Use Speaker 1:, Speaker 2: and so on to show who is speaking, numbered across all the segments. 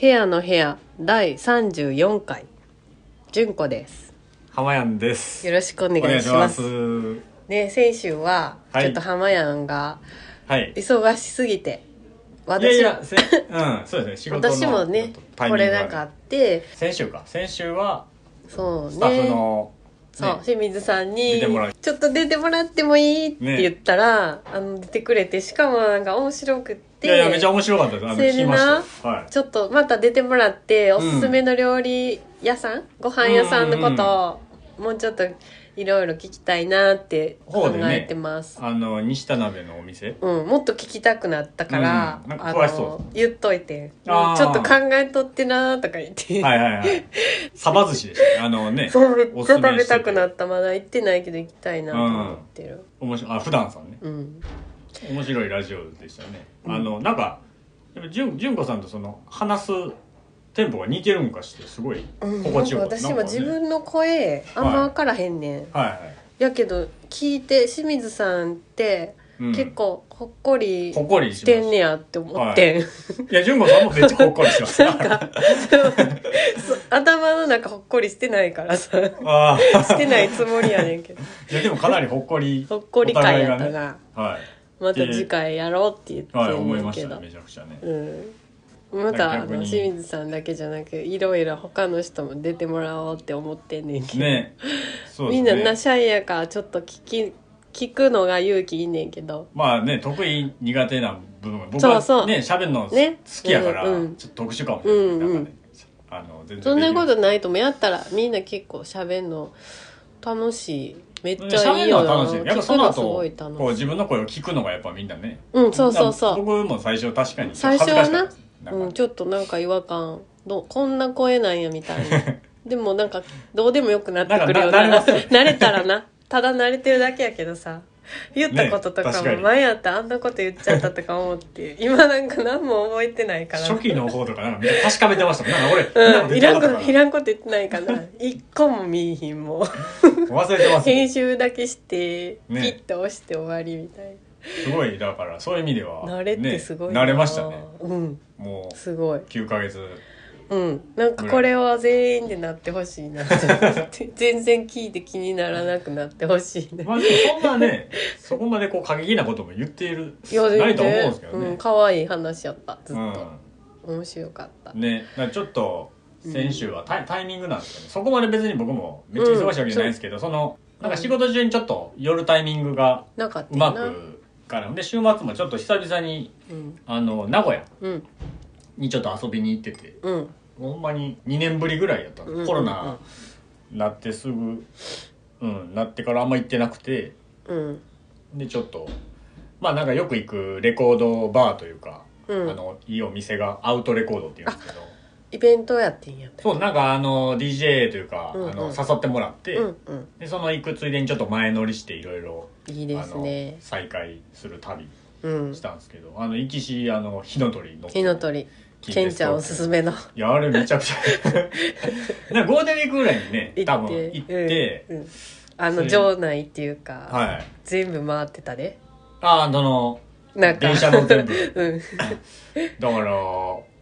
Speaker 1: 部屋の部屋第34回純子です
Speaker 2: 浜やんです。
Speaker 1: よろしくお願いします
Speaker 2: お願いします
Speaker 1: ね先週は
Speaker 2: はい
Speaker 1: ちょっと浜やんが
Speaker 2: はい。
Speaker 1: 忙しすぎて
Speaker 2: いやい
Speaker 1: 私
Speaker 2: や、
Speaker 1: も
Speaker 2: せうん、そうですね。仕事の
Speaker 1: 私もね
Speaker 2: ちょっとタイ
Speaker 1: こ
Speaker 2: ミン
Speaker 1: れ
Speaker 2: グが
Speaker 1: な
Speaker 2: ね
Speaker 1: んかあって
Speaker 2: 先週か。先週は
Speaker 1: そうね
Speaker 2: スタッフの、
Speaker 1: そう、
Speaker 2: ね
Speaker 1: 清水さんに
Speaker 2: 出てもら
Speaker 1: 「
Speaker 2: う
Speaker 1: ちょっと出てもらってもいい?」って
Speaker 2: ね
Speaker 1: 言ったら、あの出てくれてしかもなんか面白くって
Speaker 2: いやいや、めちゃ面白かったです。あの、
Speaker 1: せやね
Speaker 2: 聞
Speaker 1: ん
Speaker 2: き
Speaker 1: な
Speaker 2: ました。はい。
Speaker 1: ちょっとまた出てもらってお
Speaker 2: うん
Speaker 1: すすめの料理屋さん、ご飯屋さんのことをもうちょっといろいろ聞きたいなって考
Speaker 2: ほうでね
Speaker 1: えてます。
Speaker 2: あの、西田鍋のお店。
Speaker 1: うん、もっと聞きたくなったから、
Speaker 2: うんなんか
Speaker 1: あ
Speaker 2: 詳しそう
Speaker 1: の言っといて「ちょ
Speaker 2: あ
Speaker 1: っ
Speaker 2: ー
Speaker 1: と考えとってな」とか言って、
Speaker 2: はいはいはい。サバ寿司でしたね。あのね、
Speaker 1: そうめっちゃ
Speaker 2: おすすめ
Speaker 1: 食べ
Speaker 2: してて
Speaker 1: たくなったまだ行ってないけど行きたいなと思ってる、
Speaker 2: 面白い、あ、普段さんね。
Speaker 1: うん、
Speaker 2: 面白いラジオでしたね。
Speaker 1: うん
Speaker 2: あの、なんか、やっぱ純純子さんとその、話すテンポが似てるんかして、すごい、
Speaker 1: うん
Speaker 2: 心地よ
Speaker 1: な
Speaker 2: か
Speaker 1: ん
Speaker 2: っ
Speaker 1: か私
Speaker 2: た。な
Speaker 1: も
Speaker 2: んかね
Speaker 1: 自分の声あんま分からへんねん、
Speaker 2: はいはい。
Speaker 1: やけど聞いて清水さんって
Speaker 2: うん
Speaker 1: 結構ほっこり
Speaker 2: ほっこり
Speaker 1: し
Speaker 2: しま
Speaker 1: て
Speaker 2: す
Speaker 1: んねやって思ってん、
Speaker 2: いや、純子さんもめっちゃほっこりし てます。あ
Speaker 1: 頭の中ほっこりしてないから さ
Speaker 2: あー。
Speaker 1: してないつもりやねんけど
Speaker 2: いや、でもかなりほっこり。
Speaker 1: ほっこり会や
Speaker 2: お
Speaker 1: った
Speaker 2: 互い
Speaker 1: な、
Speaker 2: がね。は
Speaker 1: また次回やろうって言って
Speaker 2: い。はい、
Speaker 1: ん
Speaker 2: 思い
Speaker 1: ねん
Speaker 2: まし
Speaker 1: け
Speaker 2: た
Speaker 1: ど、
Speaker 2: ね。めちゃくちゃね。
Speaker 1: うんまたあ
Speaker 2: なんか逆
Speaker 1: の
Speaker 2: に
Speaker 1: 清水さんだけじゃなくいろいろ他の人も出てもらおうって思ってんねんけど、
Speaker 2: ね。そうで
Speaker 1: み
Speaker 2: す
Speaker 1: ん
Speaker 2: ね。
Speaker 1: ななシャイやからちょっと聞き聞くのが勇気いんねんけど
Speaker 2: まあね、得意苦手な部分が僕
Speaker 1: そう
Speaker 2: は
Speaker 1: そう
Speaker 2: ね、喋るの好
Speaker 1: ね
Speaker 2: きやから、ち
Speaker 1: うんう
Speaker 2: ょ
Speaker 1: ん
Speaker 2: っと特殊かもしれな
Speaker 1: う
Speaker 2: い。
Speaker 1: んうん
Speaker 2: なんかねあの、全然。
Speaker 1: そんなことないともやったらみんな結構喋んの楽しいめっちゃいい
Speaker 2: るの
Speaker 1: よ
Speaker 2: は
Speaker 1: な
Speaker 2: 楽しい。やっぱ
Speaker 1: 聞
Speaker 2: そ
Speaker 1: く
Speaker 2: の
Speaker 1: のす
Speaker 2: 後、
Speaker 1: ごい
Speaker 2: こう
Speaker 1: 楽しい
Speaker 2: 自分の声を聞くのがやっぱみんなね。
Speaker 1: うんそうそうそう
Speaker 2: 僕も最初確かに。
Speaker 1: 最初はな
Speaker 2: 恥ずかしかったです
Speaker 1: う
Speaker 2: なん
Speaker 1: ん、
Speaker 2: か
Speaker 1: ちょっとなんか違和感どうこんな声なんやみたい なでもなんかどうでもよくなってくるよな
Speaker 2: なんかななります
Speaker 1: 慣れたらなただ慣れてるだけやけどさ言ったこととか
Speaker 2: ね確か
Speaker 1: も
Speaker 2: に
Speaker 1: 前やったあんなこと言っちゃったとか思って今なんか何も覚えてないから
Speaker 2: 初期の方とかなんかみんな確かめてましたもん。なんか俺、なん
Speaker 1: う
Speaker 2: か
Speaker 1: ん、い
Speaker 2: 出て
Speaker 1: ら
Speaker 2: なんかっ
Speaker 1: こ
Speaker 2: たから
Speaker 1: いらんこと言ってないかな一個も見えひんもう
Speaker 2: 忘れてますもん。
Speaker 1: 編集だけして、
Speaker 2: ね
Speaker 1: ピッと押して終わりみたい
Speaker 2: すごいだからそういう意味では、
Speaker 1: な慣れってすごい
Speaker 2: ね、
Speaker 1: な、
Speaker 2: 慣れましたね
Speaker 1: うん
Speaker 2: もう
Speaker 1: すごい
Speaker 2: 9ヶ月
Speaker 1: うんなんかこれは全員でなってほしいなって思って全然聞いて気にならなくなってほしいね
Speaker 2: まあでもそんな ねそこまでこう過激なことも言っているないと思うんですけど
Speaker 1: うん
Speaker 2: ね、
Speaker 1: 可愛い話やったず
Speaker 2: う
Speaker 1: っ
Speaker 2: ん
Speaker 1: と、面白かった
Speaker 2: ねだからちょっと先週はタイ,、タイミングなんですよねそこまで別に僕もめっちゃ忙しいわけじゃないですけど、そのなんか仕事中にちょっと寄るタイミングが
Speaker 1: なかった
Speaker 2: う
Speaker 1: よ
Speaker 2: ま
Speaker 1: な
Speaker 2: くからで週末もちょっと久々に
Speaker 1: うん
Speaker 2: あの名古屋
Speaker 1: うん
Speaker 2: にちょっと遊びに行ってて
Speaker 1: うん
Speaker 2: ほんまに2年ぶりぐらいやったんです、
Speaker 1: うん
Speaker 2: コロナなってすぐ、うん、なってからあんま行ってなくて
Speaker 1: うん
Speaker 2: でちょっとまあなんかよく行くレコードバーというか、
Speaker 1: うん
Speaker 2: あのいいお店がアウトレコードっていうんですけど
Speaker 1: イベントやってんやった
Speaker 2: そうなんかあの DJ というか、
Speaker 1: うんうん
Speaker 2: あの誘ってもらって、
Speaker 1: うんうん
Speaker 2: でその行くついでにちょっと前乗りしていろいろ
Speaker 1: いいですね
Speaker 2: あの再開する旅
Speaker 1: うん
Speaker 2: したんですけど、あの行きしあの火の鳥の
Speaker 1: 火の鳥
Speaker 2: 近鉄
Speaker 1: ケンちゃんおすすめの
Speaker 2: いやあれめちゃ くちゃなんかゴールデンウィークぐらいにね
Speaker 1: 行
Speaker 2: 多
Speaker 1: っ
Speaker 2: 分
Speaker 1: て
Speaker 2: 行って、
Speaker 1: うんうんあ
Speaker 2: そ
Speaker 1: の
Speaker 2: れ
Speaker 1: 場内っていうか、
Speaker 2: はい
Speaker 1: 全部回ってたで
Speaker 2: ああの
Speaker 1: なんか
Speaker 2: 電車の全部
Speaker 1: うん
Speaker 2: だから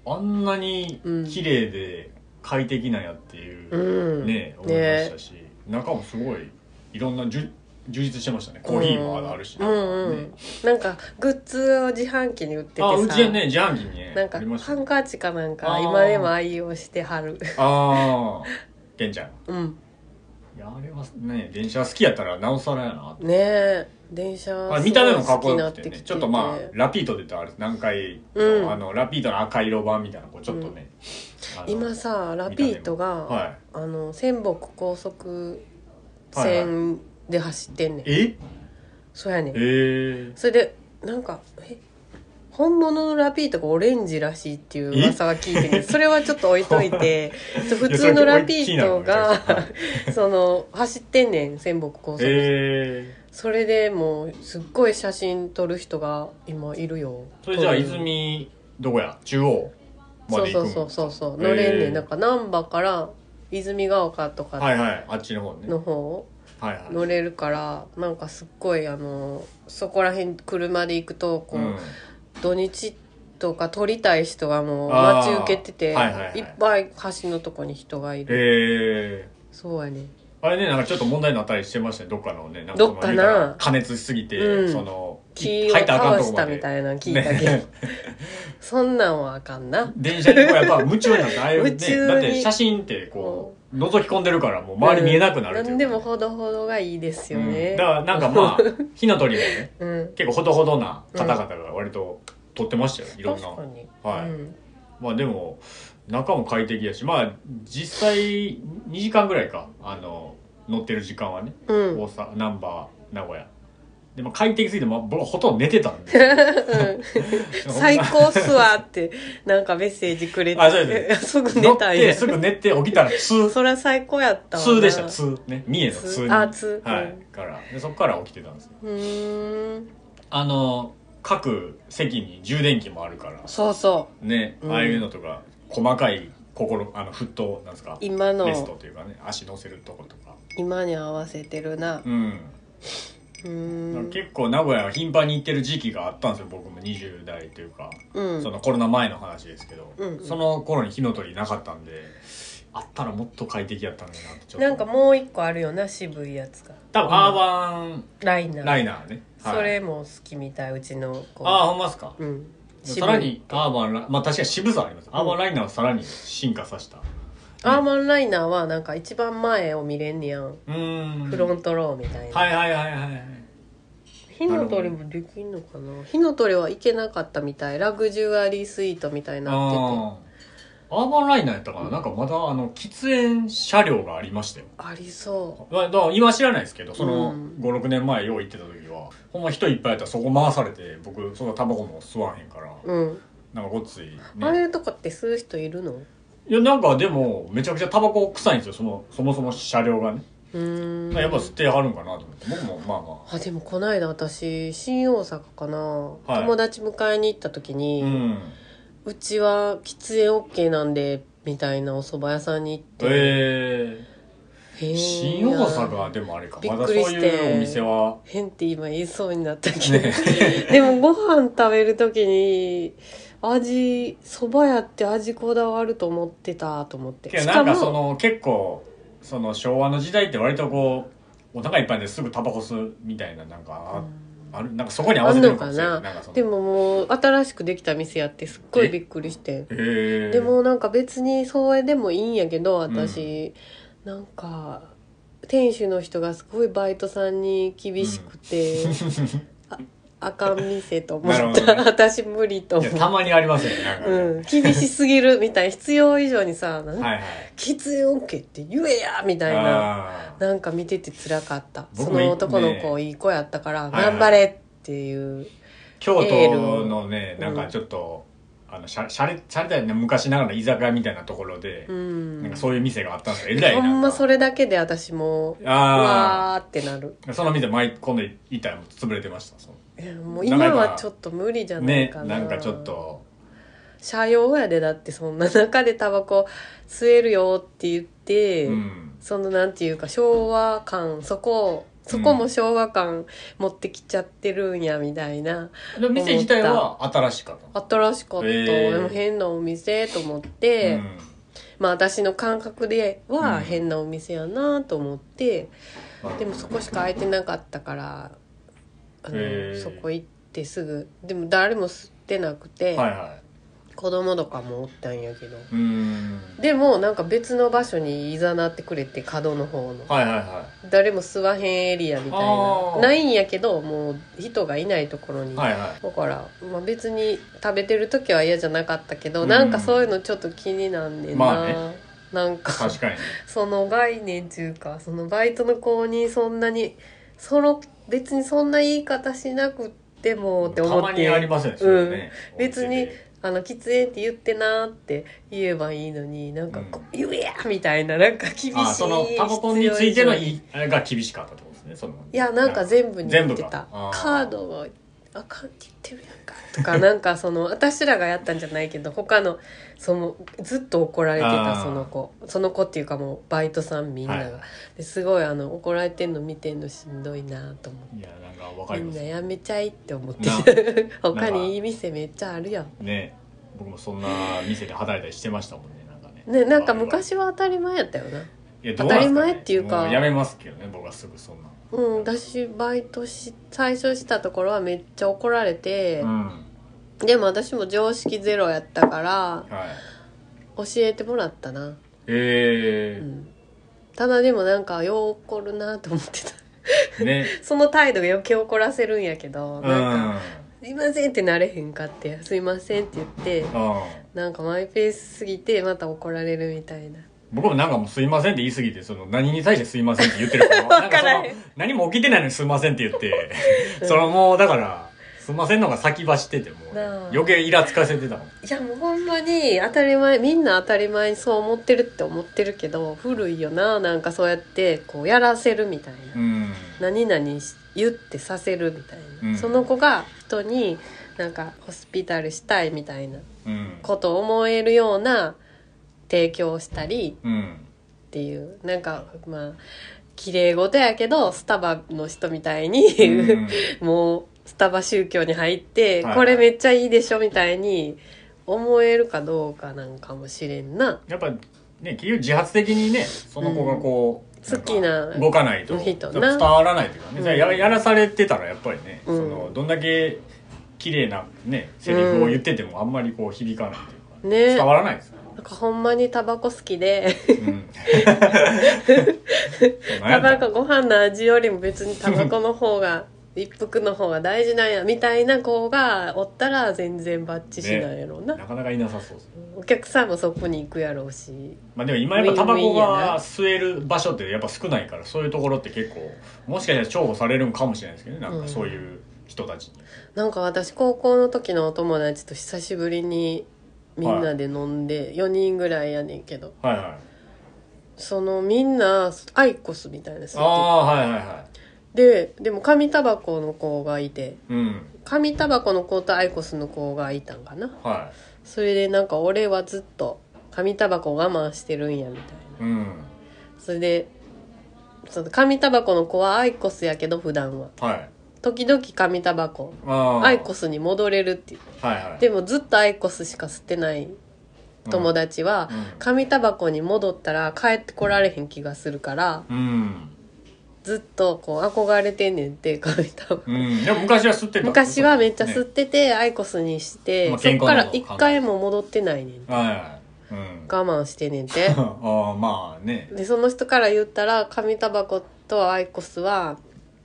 Speaker 2: あんなに綺麗で快適なんやっていう、
Speaker 1: うん
Speaker 2: ね思いましたし、中もすごいいろんなじゅ充実してましたねコーヒーもあるし、
Speaker 1: うん
Speaker 2: なん
Speaker 1: う
Speaker 2: かね
Speaker 1: んなんかグッズを自販機に売っててさ
Speaker 2: あうちはね自販機にね
Speaker 1: なんか
Speaker 2: ありまし
Speaker 1: ハ
Speaker 2: たね
Speaker 1: ンカチかなん
Speaker 2: あ
Speaker 1: か
Speaker 2: ー
Speaker 1: 今でも愛用してはる
Speaker 2: ああけんちゃん
Speaker 1: うん
Speaker 2: いやあれはね電車好きやったらなおさらやなって
Speaker 1: ねえ電車
Speaker 2: あ見た目もかっこ
Speaker 1: 好き
Speaker 2: よ
Speaker 1: にな
Speaker 2: く
Speaker 1: て
Speaker 2: て
Speaker 1: き
Speaker 2: ね
Speaker 1: て
Speaker 2: ちょっとまあラピートで言ったらあれ何回、
Speaker 1: うん
Speaker 2: あのラピートの赤色版みたいなこうちょっとね、あの
Speaker 1: 今さラピートが、
Speaker 2: はい
Speaker 1: あの仙北高速線で走ってんねん、
Speaker 2: え
Speaker 1: そうやねん
Speaker 2: えー、
Speaker 1: それでなんかえ本物のラピートがオレンジらしいっていう噂は聞いてるけどそれはちょっと置いとい てちょ普通のラピート
Speaker 2: いやそれ
Speaker 1: が
Speaker 2: 気
Speaker 1: その走ってんねん仙北高速、
Speaker 2: え
Speaker 1: それでもうすっごい写真撮る人が今いるよ
Speaker 2: ー、それじゃあ
Speaker 1: 撮る
Speaker 2: 泉どこや中央ま
Speaker 1: そう
Speaker 2: で
Speaker 1: そう
Speaker 2: 行くん
Speaker 1: そうそうそう
Speaker 2: へー
Speaker 1: 乗れんねんなんか難波から泉ヶ丘と
Speaker 2: は
Speaker 1: か
Speaker 2: いはいあっちの方ね
Speaker 1: の方
Speaker 2: はいはい
Speaker 1: 乗れるからなんかすっごいあのそこら辺車で行くとこう、
Speaker 2: うん
Speaker 1: 土日とか撮りたい人がもう待ち受けてて、
Speaker 2: あーはいはいはい
Speaker 1: いっぱい橋のとこに人がいる、
Speaker 2: えー
Speaker 1: そうやね
Speaker 2: あれね、なんかちょっと問題になったりしてましたね、どっかのね、なんかその
Speaker 1: どっかな
Speaker 2: 言うたら加熱しすぎて、
Speaker 1: うん
Speaker 2: その、
Speaker 1: 木を倒したみ
Speaker 2: い
Speaker 1: たいなの聞い
Speaker 2: な
Speaker 1: たけど、 そんなんはあかんな
Speaker 2: 電車にこうやっぱ夢中になって、ああいうね
Speaker 1: 夢中、に
Speaker 2: だって写真ってこう、覗き込んでるからもう周り見えなくなる
Speaker 1: う
Speaker 2: と
Speaker 1: んな
Speaker 2: いうんか
Speaker 1: でもほどほどがいいですよ
Speaker 2: う
Speaker 1: ね
Speaker 2: ん、だからなんか まあ、火の鳥もね、
Speaker 1: うん
Speaker 2: 結構ほどほどな方々が割と撮ってましたよ、いろんな。
Speaker 1: 確かに、
Speaker 2: はい
Speaker 1: うん
Speaker 2: まあでも中も快適やしまあ実際2時間ぐらいかあの乗ってる時間はね、
Speaker 1: うん
Speaker 2: 大阪難波名古屋でも快適すぎて、まあ、僕はほとんど寝てた んですよ
Speaker 1: 最高っすわってなんかメッセージくれて
Speaker 2: あそうで
Speaker 1: すぐ
Speaker 2: 乗
Speaker 1: 寝
Speaker 2: った
Speaker 1: ん
Speaker 2: て
Speaker 1: や
Speaker 2: すぐ寝て起きたら通
Speaker 1: そりゃ最高やったわな
Speaker 2: 通でした通ね三重の通に
Speaker 1: あ通
Speaker 2: はいからでそこから起きてたんですよ
Speaker 1: うーん
Speaker 2: あの各席に充電器もあるから
Speaker 1: そうそう
Speaker 2: ね
Speaker 1: うん
Speaker 2: ああいうのとか、細かい心あの沸騰なんですか
Speaker 1: 今の
Speaker 2: レストというかね足乗せるとことか
Speaker 1: 今に合わせてるな
Speaker 2: うん
Speaker 1: うーん
Speaker 2: 結構名古屋は頻繁に行ってる時期があったんですよ僕も20代というか、
Speaker 1: うん
Speaker 2: そのコロナ前の話ですけど、
Speaker 1: うんうん
Speaker 2: その頃に火の鳥なかったんであったらもっと快適やったのになってちょっと
Speaker 1: なんかもう一個あるよな渋いやつが
Speaker 2: 多分アーバン
Speaker 1: ライナー
Speaker 2: ライナーね、はい
Speaker 1: それも好きみたいうちの子
Speaker 2: ああほんまっすか
Speaker 1: うん
Speaker 2: さらにアーバンラまあ確かに渋さはあります、アーバンライナーをさらに進化させた
Speaker 1: アーマンライナーはなんか一番前を見れんねやん
Speaker 2: うーん
Speaker 1: フロントローみたいな
Speaker 2: はいはいはいはいはい
Speaker 1: 火の鳥もできんのかな火の鳥は行けなかったみたいラグジュアリースイートみたいになってて
Speaker 2: あーアーバンライナーやったかな、なんかまだあの喫煙車両がありましたよ
Speaker 1: ありそ
Speaker 2: まあだから今は知らないですけどその
Speaker 1: うん
Speaker 2: 56年前よう行ってた時はほんま人いっぱいやったらそこ回されて僕そんなタバコも吸わへんから
Speaker 1: ううん
Speaker 2: なんかごっつい、
Speaker 1: ああい
Speaker 2: ね、
Speaker 1: うとこって吸う人いるのう
Speaker 2: いやなんかでもめちゃくちゃタバコ臭いんですよそのそもそも車両がね
Speaker 1: ーん
Speaker 2: やっぱ吸ってはるんかなと思って僕もまあま
Speaker 1: あでもこの間私新大阪かな、
Speaker 2: い
Speaker 1: 友達迎えに行った時
Speaker 2: あ
Speaker 1: に、
Speaker 2: う
Speaker 1: うんちは喫煙 OK なんでみたいなお蕎麦屋さんに行って、
Speaker 2: え
Speaker 1: へ
Speaker 2: ー、
Speaker 1: ー
Speaker 2: 新大阪でもあれか
Speaker 1: び
Speaker 2: ま
Speaker 1: っ
Speaker 2: だ
Speaker 1: く
Speaker 2: そう
Speaker 1: りして
Speaker 2: いうお店は
Speaker 1: 変って今言いそうになったけど、
Speaker 2: ね
Speaker 1: でもご飯食べる時に味蕎麦屋って味こだわると思ってたと思って
Speaker 2: けどなんかその結構その昭和の時代って割とこうお腹いっぱいですぐタバコ吸うみたいななんかああるなんかそこに合わ
Speaker 1: あ
Speaker 2: せ
Speaker 1: ん
Speaker 2: てる
Speaker 1: の
Speaker 2: か
Speaker 1: か
Speaker 2: もしれな
Speaker 1: ない
Speaker 2: なんかその
Speaker 1: でももう新しくできた店やってすっごいびっくりして
Speaker 2: へー
Speaker 1: でもなんか別にそれでもいいんやけど私、なんか店主の人がすごいバイトさんに厳しくて、ああかん店と思
Speaker 2: なる
Speaker 1: っ
Speaker 2: ほど
Speaker 1: た、
Speaker 2: ね
Speaker 1: 私無理と
Speaker 2: い
Speaker 1: 思
Speaker 2: や
Speaker 1: った
Speaker 2: まにありますよねなんかね、
Speaker 1: うん、厳しすぎるみたい必要以上にさ「なん
Speaker 2: はいはい
Speaker 1: 喫煙 OK って言えや!」みたいな
Speaker 2: あー
Speaker 1: なんか見てて辛かったそ
Speaker 2: 僕もい
Speaker 1: の男の子、
Speaker 2: ね
Speaker 1: いい子やったから「
Speaker 2: はいはい
Speaker 1: 頑張れ!」っていう
Speaker 2: 京都のね
Speaker 1: エー
Speaker 2: な
Speaker 1: ル
Speaker 2: んかちょっと、あのしゃしゃれしゃれたよね昔ながら居酒屋みたいなところで、
Speaker 1: うん
Speaker 2: なんかそういう店があったんですよえらいな
Speaker 1: ほ
Speaker 2: か
Speaker 1: んまそれだけで私もう
Speaker 2: あ
Speaker 1: わーってなる
Speaker 2: あその店毎今度行ったら潰れてましたその
Speaker 1: いやもう今はちょっと無理じゃない
Speaker 2: ね
Speaker 1: かな、
Speaker 2: なんかちょっと
Speaker 1: 車用やでだってそんな中でタバコ吸えるよって言って、
Speaker 2: うん
Speaker 1: そのなんていうか昭和感そこをそこも昭和感持ってきちゃってるんやみたいな
Speaker 2: でも店自体は新しかった
Speaker 1: 新しかった、
Speaker 2: へー
Speaker 1: でも変なお店と思って、
Speaker 2: うん
Speaker 1: まあ私の感覚で
Speaker 2: う
Speaker 1: は
Speaker 2: ん
Speaker 1: 変なお店やなと思って、
Speaker 2: まあ
Speaker 1: でもそこしか空いてなかったからあの、
Speaker 2: へー
Speaker 1: そこ行ってすぐでも誰も吸ってなくて、
Speaker 2: はいは
Speaker 1: 子供とかもおったんやけど
Speaker 2: いうん
Speaker 1: でもなんか別の場所にいざなってくれて角の方の
Speaker 2: はいはいは
Speaker 1: 誰も吸わへんエリアみたい
Speaker 2: あ
Speaker 1: な
Speaker 2: ー
Speaker 1: ないんやけどもう人がいないところに、
Speaker 2: いはいはい
Speaker 1: だから、まあ、別に食べてる時は嫌じゃなかったけど、
Speaker 2: うん
Speaker 1: なんかそういうのちょっと気になんねんな、
Speaker 2: まあね
Speaker 1: なんか
Speaker 2: 確かにね
Speaker 1: その概念っていうかそのバイトの子にそんなにその別にそんな言い方しなくってもって思
Speaker 2: たま
Speaker 1: って
Speaker 2: にありませんそれね
Speaker 1: うん別にあの喫煙って言ってなーって言えばいいのになんかこう、言えやみたいななんか厳しい
Speaker 2: あそのタバコについての
Speaker 1: 必要以上
Speaker 2: いあれが厳しいかったってことですねその
Speaker 1: いやなんか全部に言って
Speaker 2: 全部
Speaker 1: た
Speaker 2: かあー
Speaker 1: カードをあかんって言ってるやんか」と かなんかその私らがやったんじゃないけど他のそのずっと怒られて
Speaker 2: あ
Speaker 1: た
Speaker 2: ー
Speaker 1: その子その子っていうかもうバイトさんみんなが、
Speaker 2: はい
Speaker 1: ですごいあの怒られてんの見てんのしんどいなと思って。
Speaker 2: いやなんかわか
Speaker 1: み
Speaker 2: りま
Speaker 1: ん
Speaker 2: す
Speaker 1: なやめちゃいって思って
Speaker 2: な
Speaker 1: 他にいい店めっちゃあるやん
Speaker 2: ね僕もそんな店で働いたりしてましたもんねなんかね
Speaker 1: ねなんか昔は当たり前やったよない
Speaker 2: やどうなん
Speaker 1: 当たり
Speaker 2: すかね
Speaker 1: 前っていうか
Speaker 2: もやめますけどね僕はすぐそんな
Speaker 1: うん私バイトし最初したところはめっちゃ怒られて
Speaker 2: う、んは
Speaker 1: でも私も常識ゼロやったから
Speaker 2: い
Speaker 1: 教えてもらったな、う
Speaker 2: え
Speaker 1: ん、ただでもなんかよう怒るなと思ってた
Speaker 2: ー、ね
Speaker 1: その態度が余計怒らせるんやけど
Speaker 2: うん
Speaker 1: なんか「すいません」ってなれへんかって「すいません」って言って
Speaker 2: うん
Speaker 1: なんかマイペースすぎてまた怒られるみたいな
Speaker 2: 僕もなんかもうすいませんって言い過ぎて、その何に対してすいませんって言ってるか も。
Speaker 1: わからへん
Speaker 2: なんその何も起きてないのにすいませんって言って、そのもうだから、すいませんのが先走ってて、もう
Speaker 1: なあ
Speaker 2: 余計イラつかせてたもん。
Speaker 1: いやもうほんまに当たり前みんな当たり前にそう思ってるって思ってるけど古いよななんかそうやってこうやらせるみたいな、
Speaker 2: うん。
Speaker 1: 何々し言ってさせるみたいな、
Speaker 2: うん
Speaker 1: その子が人になんかホスピタルしたいみたいな
Speaker 2: うん。
Speaker 1: ことを思えるような提供をしたり
Speaker 2: うん。
Speaker 1: っていうなんかまあ綺麗事やけどスタバの人みたいに、
Speaker 2: うん
Speaker 1: もうスタバ宗教に入って、
Speaker 2: はい
Speaker 1: これめっちゃいいでしょみたいに思えるかどうかなんかもしれんな
Speaker 2: やっぱ、ね、結局自発的にね、その子がこう、
Speaker 1: うん
Speaker 2: んか
Speaker 1: 好きな
Speaker 2: 動かないと
Speaker 1: 人な
Speaker 2: 伝わらないというかね、
Speaker 1: うん
Speaker 2: ややらされてたらやっぱりね、
Speaker 1: うん
Speaker 2: そのどんだけ綺麗なねセリフを言っててもあんまりこう響かないとい
Speaker 1: ね
Speaker 2: うか、伝わらないですよね
Speaker 1: なんかほんまに タバコ好きで
Speaker 2: うん
Speaker 1: タバコ
Speaker 2: う
Speaker 1: ご飯の味よりも別にタバコの方 が一服の方が大事なんやみたいな子がおったら全然バッチしないやろうな、
Speaker 2: なかなかいなさそうですね
Speaker 1: お客さんもそこに行くやろうし
Speaker 2: まあでも今やっぱタバコ
Speaker 1: ウィンウィンやな
Speaker 2: が吸える場所ってやっぱ少ないからそういうところって結構もしかしたら重宝されるんかもしれないですけどねなん
Speaker 1: うん
Speaker 2: かそういう人たちに、
Speaker 1: なんか私高校の時のお友達と久しぶりにみんなで飲んで4人ぐらいやねんけど
Speaker 2: はいはい
Speaker 1: そのみんなアイコスみたいな吸って
Speaker 2: ああはいはいは
Speaker 1: ででも紙タバコの子がいて
Speaker 2: いうん
Speaker 1: 紙タバコの子とアイコスの子がいたんかな
Speaker 2: は
Speaker 1: それでなんか俺はずっと紙タバコ我慢してるんやみたいない
Speaker 2: うん
Speaker 1: それでその紙タバコの子はアイコスやけど普段は
Speaker 2: はい
Speaker 1: 時々紙タバコ
Speaker 2: ああ
Speaker 1: アイコスに戻れるっていう
Speaker 2: はいはい
Speaker 1: でもずっとアイコスしか吸ってない友達は、
Speaker 2: うん
Speaker 1: 紙タバコに戻ったら帰ってこられへん気がするから
Speaker 2: うん、
Speaker 1: ずっとこう憧れてんねんって紙タバコ
Speaker 2: うん、でも昔は吸ってた
Speaker 1: 昔はめっちゃ吸っ
Speaker 2: って
Speaker 1: て、アイコスにして、
Speaker 2: まあ
Speaker 1: そっ
Speaker 2: 健康
Speaker 1: か
Speaker 2: な
Speaker 1: ら
Speaker 2: のを考え
Speaker 1: 一
Speaker 2: て
Speaker 1: 回も戻ってないねん
Speaker 2: た、ね、はいはいうん
Speaker 1: 我慢してんねんて
Speaker 2: ああまあね
Speaker 1: でその人から言ったら紙タバコとアイコスは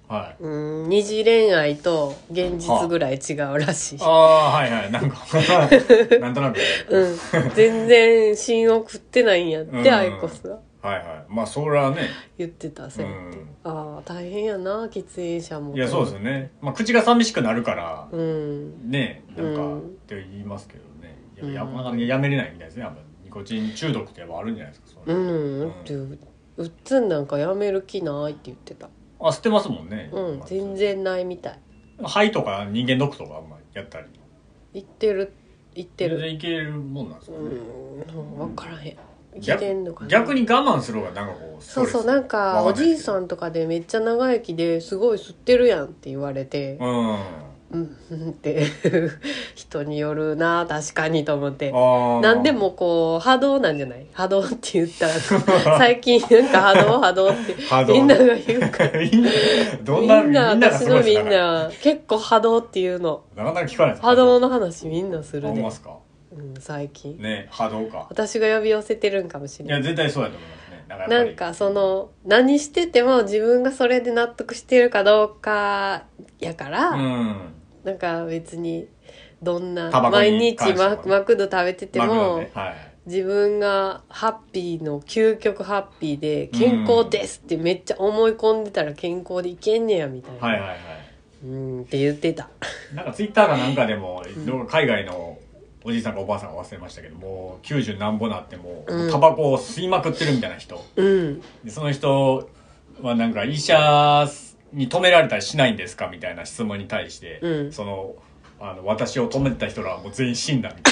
Speaker 2: はい
Speaker 1: うん二次恋愛と現実ぐらい違うらしい、
Speaker 2: ああはいはいなんか なんとなく
Speaker 1: うん、全然芯を食ってないんやって、
Speaker 2: うん
Speaker 1: アイコスは
Speaker 2: はいはいまあそれはね
Speaker 1: 言ってたそうやって、
Speaker 2: うん
Speaker 1: ああ大変やな喫煙者も
Speaker 2: いやそうですよね、まあ、口が寂しくなるから
Speaker 1: うん
Speaker 2: ねなんか、
Speaker 1: うん
Speaker 2: って言いますけどねやや,、
Speaker 1: うん
Speaker 2: なかなかやめれないみたいですねやっぱニコチン中毒ってやっぱあるんじゃないですかそれ
Speaker 1: うんってうっつんなんかやめる気ないって言ってた
Speaker 2: あ吸ってますもんね、
Speaker 1: うん全然ないみたい
Speaker 2: 肺とか人間ドックとかあんまやったり
Speaker 1: 言ってる言って
Speaker 2: 全
Speaker 1: る
Speaker 2: 然いけるもんなんです
Speaker 1: う
Speaker 2: かね、
Speaker 1: ん分からへん生き
Speaker 2: 逆
Speaker 1: てんのかな
Speaker 2: 逆に我慢する方がなんかこうスト
Speaker 1: そう
Speaker 2: レス
Speaker 1: そうなんかおじいさ
Speaker 2: ん
Speaker 1: んとかでめっちゃ長生きですごい吸ってるやんって言われて
Speaker 2: うんあ
Speaker 1: うんうんって 人によるな確かにと思って
Speaker 2: ー
Speaker 1: なんでもこう波動なんじゃない波動って言 ったら最近なんか波動波動って
Speaker 2: 波動
Speaker 1: みんなが言うから
Speaker 2: みんなど
Speaker 1: み
Speaker 2: んなみ
Speaker 1: ん
Speaker 2: ん
Speaker 1: な
Speaker 2: なが
Speaker 1: 私
Speaker 2: すご
Speaker 1: の
Speaker 2: いです
Speaker 1: み
Speaker 2: だ
Speaker 1: ん
Speaker 2: から
Speaker 1: な結構波動っていうの
Speaker 2: なかなか聞かないです
Speaker 1: 波動の話みんなす
Speaker 2: あ
Speaker 1: る
Speaker 2: 思い
Speaker 1: で
Speaker 2: ま、すか
Speaker 1: うん、最近
Speaker 2: ね波動か
Speaker 1: 私が呼び寄せてるんかもし
Speaker 2: い
Speaker 1: れ
Speaker 2: や
Speaker 1: ない
Speaker 2: 絶対そうだと思いますねなんかや
Speaker 1: な
Speaker 2: っぱり
Speaker 1: んかその何してても自分がそれで納得してるかどうかやから、
Speaker 2: うん
Speaker 1: なんか別にどんな
Speaker 2: タバコ
Speaker 1: 毎
Speaker 2: に
Speaker 1: 日
Speaker 2: 関しては
Speaker 1: ママクド食べてて
Speaker 2: マク
Speaker 1: も、
Speaker 2: ドねはい
Speaker 1: 自分がハッピーの究極ハッピーで健康ですってめっちゃ思い込んでたら健康でいけんねやみたいな、
Speaker 2: はいはいは
Speaker 1: うんって言ってた。
Speaker 2: いなんかツイッターかなんかでもどう海外のおじいさんかおばあさんが忘れましたけどもう90何ぼなっても
Speaker 1: うん
Speaker 2: うタバコを吸いまくってるみたいな人
Speaker 1: うん
Speaker 2: でその人はなんか医者に止められたりしないんですかみたいな質問に対して、
Speaker 1: うん
Speaker 2: そのあの私を止めてた人らはもう全員死んだみた